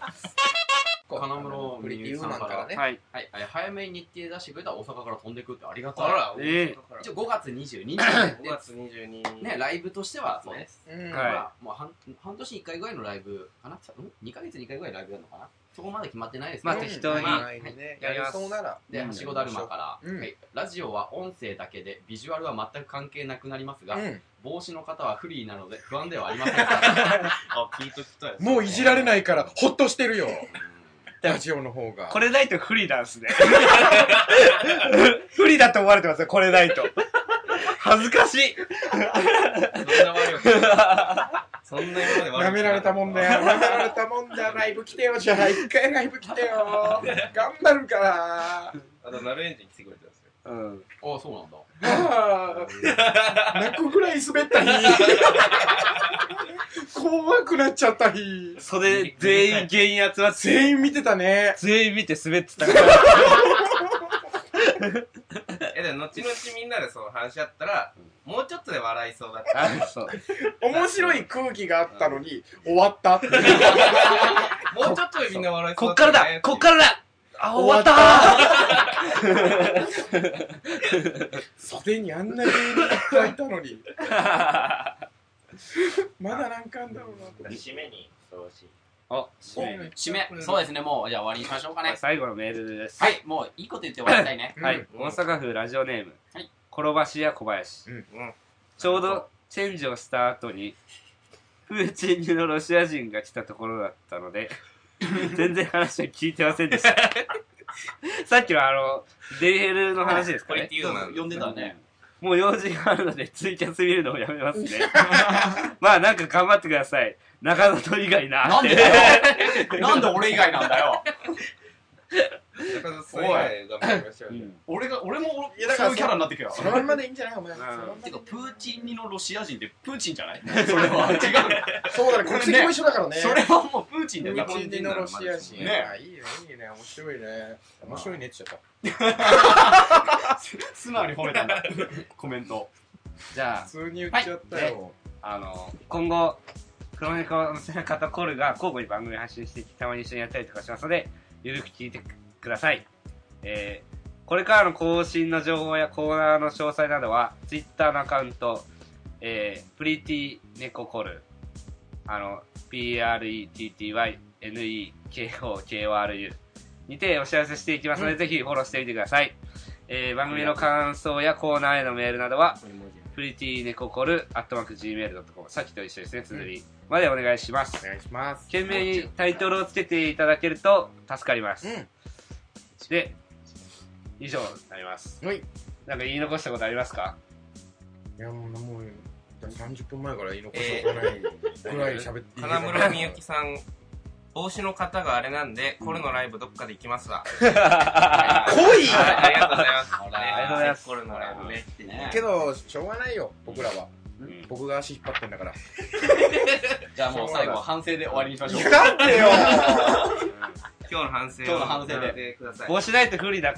S1: 理由な
S4: 金室みゆきさんか
S1: んから
S4: ら
S1: ね
S4: ね、
S7: はい。
S4: はい、え早めに日程出してくれたら大阪から飛んでくってありがたい。
S3: あら、
S7: え
S4: 一応5月22日
S3: 5月22日。
S4: ね、ライブとしてはそうです。
S1: うん。
S7: はい
S4: まあ、もう半半年に1回ぐらいのライブかな、うん、?2 ヶ月に1回ぐらいライブやるのかなそこまで決まってないです
S7: まあ
S4: ね
S7: 適当に
S4: まあ
S1: はい
S4: はい
S1: ね
S7: や
S1: や
S7: り
S1: り
S7: ます
S1: そうなら。
S4: で、はしごだるまから、
S1: うん
S4: はい、ラジオは音声だけで、ビジュアルは全く関係なくなりますが、
S1: うん。
S4: 帽子の方はフリーなので不安ではありませ
S1: <laughs>
S4: ん。
S5: あ、聞いときたいです
S1: もういじられないから、ほっとしてるよ。
S4: うん
S1: ラジオの方が。
S7: これないと不利な
S1: <laughs>
S7: んすね。不利だと思われてますよ、これないと。恥ずかしい。
S4: そんな悪いこと
S5: そんな今まで悪くなかった
S1: 舐められたもんだよ。舐められたもんだよ。ライブ来てよ、じゃあ。一回ライブ来てよ。頑張るから。
S5: あと、ナルエンジン来てくれたんですよ。
S7: うん。
S4: あそうなんだ。
S1: ああ泣くぐらい滑った日。怖くなっちゃった日。
S7: それ、全員原因集まって、
S1: 全員見てたね。
S7: 全員見て滑ってたから。
S3: え、でも後々みんなでその話し合ったら、もうちょっとで笑いそうだった。
S1: <laughs>
S7: <laughs> あ、そう。
S1: 面白い空気があったのに、終わったって。
S3: もうちょっとでみんな笑いそう
S7: こ
S3: だ
S7: っ
S3: っ
S7: か
S3: た
S7: ら
S3: ね
S7: だこっからだあ、終わった
S1: 袖にあんな芸人いっぱいいたのに。まだなんかあんだろうなと思って。
S5: 締めにふさわしい。
S7: あ、
S4: 締め、そうですね、もう、じゃあ終わりにしましょうかね。
S7: 最後のメールです。
S4: はい、もういいこと言って終わりたいね。
S7: はい。大阪府ラジオネーム
S4: はい、
S7: 転ばし屋小林。ちょうどチェンジをした後に、プーチンのロシア人が来たところだった
S4: <laughs>
S7: ので、全然話は聞いてませんでした。さっきはあの、デリヘルの話ですか
S3: これっ
S7: ね
S3: て。いうのは
S4: 呼んでたね。
S7: もう用事があるのでツイキャス見るのをやめ
S4: <laughs>
S7: ますね。まあなんか頑張ってください。中里以外な。
S4: なんでだよなんで <laughs> 俺以外なんだよ
S5: 中田さん以外頑張りましょう
S7: う
S5: よ。
S7: ん
S4: 俺が、俺も、
S1: いやだから
S4: そういうキャラになってくよ。
S1: そのまんまでいいんじゃないお前。
S7: ん
S1: そのまんまで
S4: て
S1: いい
S4: か、
S1: んじ
S4: プ
S1: ゃない
S4: ーチンにのロシア人ってプーチンじゃ <laughs> ないそれは。違
S1: そうだね、国籍も一緒だから
S4: う。
S1: ね。
S4: それはもうプーチンだよ。
S1: プーチンのロシア人。
S4: ね <laughs>
S1: あいいね、いいね、面白いね。面白いねって言っちゃ
S4: 素直に褒めたんだ。コメント。
S7: じゃ
S1: った。普通に言っちゃったよ。
S7: あ、あの、今後、黒猫の背中とコルが交互に番組配信してたまに一緒にやったりとかしますので、ゆるく聞いてください。えー、これからの更新の情報やコーナーの詳細などは、Twitter のアカウント、えー、プリティネココル、あの、PRETTYNEKOKORU にてお知らせしていきますので、ぜひフォローしてみてください。えー、番組の感想やコーナーへのメールなどは、プリティネココル、アットマーク Gmail.com、さっきと一緒ですね、つづりまでお願いします。
S1: お願いします。
S7: 懸命にタイトルをつけていただけると助かります。
S1: うん
S7: で、以上になります。
S1: はい。
S7: なんか言い残したことありますか
S1: いや、もう、もう、30分前から言い残しとかないぐらい喋っていい
S3: 花村みゆきさん、帽子の方があれなんで、コルのライブどっかで行きますわ。
S1: 濃い
S3: はいありがとうございます。
S7: りがとうございます
S3: コルのライブね。
S4: ね
S1: けど、しょうがないよ、僕らは。
S7: うん
S1: 僕が足引っ張ってんだから。
S4: じゃあもう最後、反省で終わりにしましょう。
S1: なんでよ
S3: 今日の反省
S4: 今
S3: を。
S4: 日の反省で
S3: でください。
S7: 帽子ないと不利だ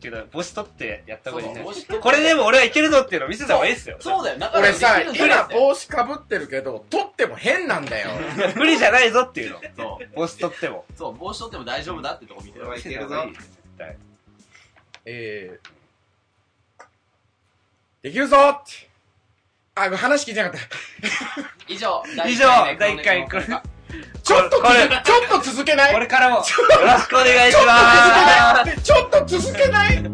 S7: けど、帽子取ってやった
S4: そ
S7: 方
S4: う
S7: がいいんじ
S4: そ
S7: ゃ
S4: う
S7: ない
S4: 帽子取って
S7: これでも俺はいけるぞっていうのを見せた方がいいっすよ。
S4: そうだよ。だから
S1: 俺さ、
S4: できるんだ
S1: 今
S4: よ
S1: 帽子かぶってるけど、取っても変なんだよ。
S7: <laughs> 不利じゃないぞっていうの。
S4: そ
S7: 帽子取っても。
S4: う、そう、帽子取っても大丈夫だってとこ見てる。
S6: <laughs>
S5: いけるぞ
S7: 見せた方がいいよ絶対。
S1: えー、できるぞって。あ、話聞いてなかった。
S4: 以上、
S7: 以上、第
S4: 第
S7: 1
S4: 1
S7: 回
S4: 回
S7: これ、こ
S1: ちょっと
S7: これ
S1: 続、ちょっと続けない
S7: れからもよろしくお願いします。
S1: ちょっと続けない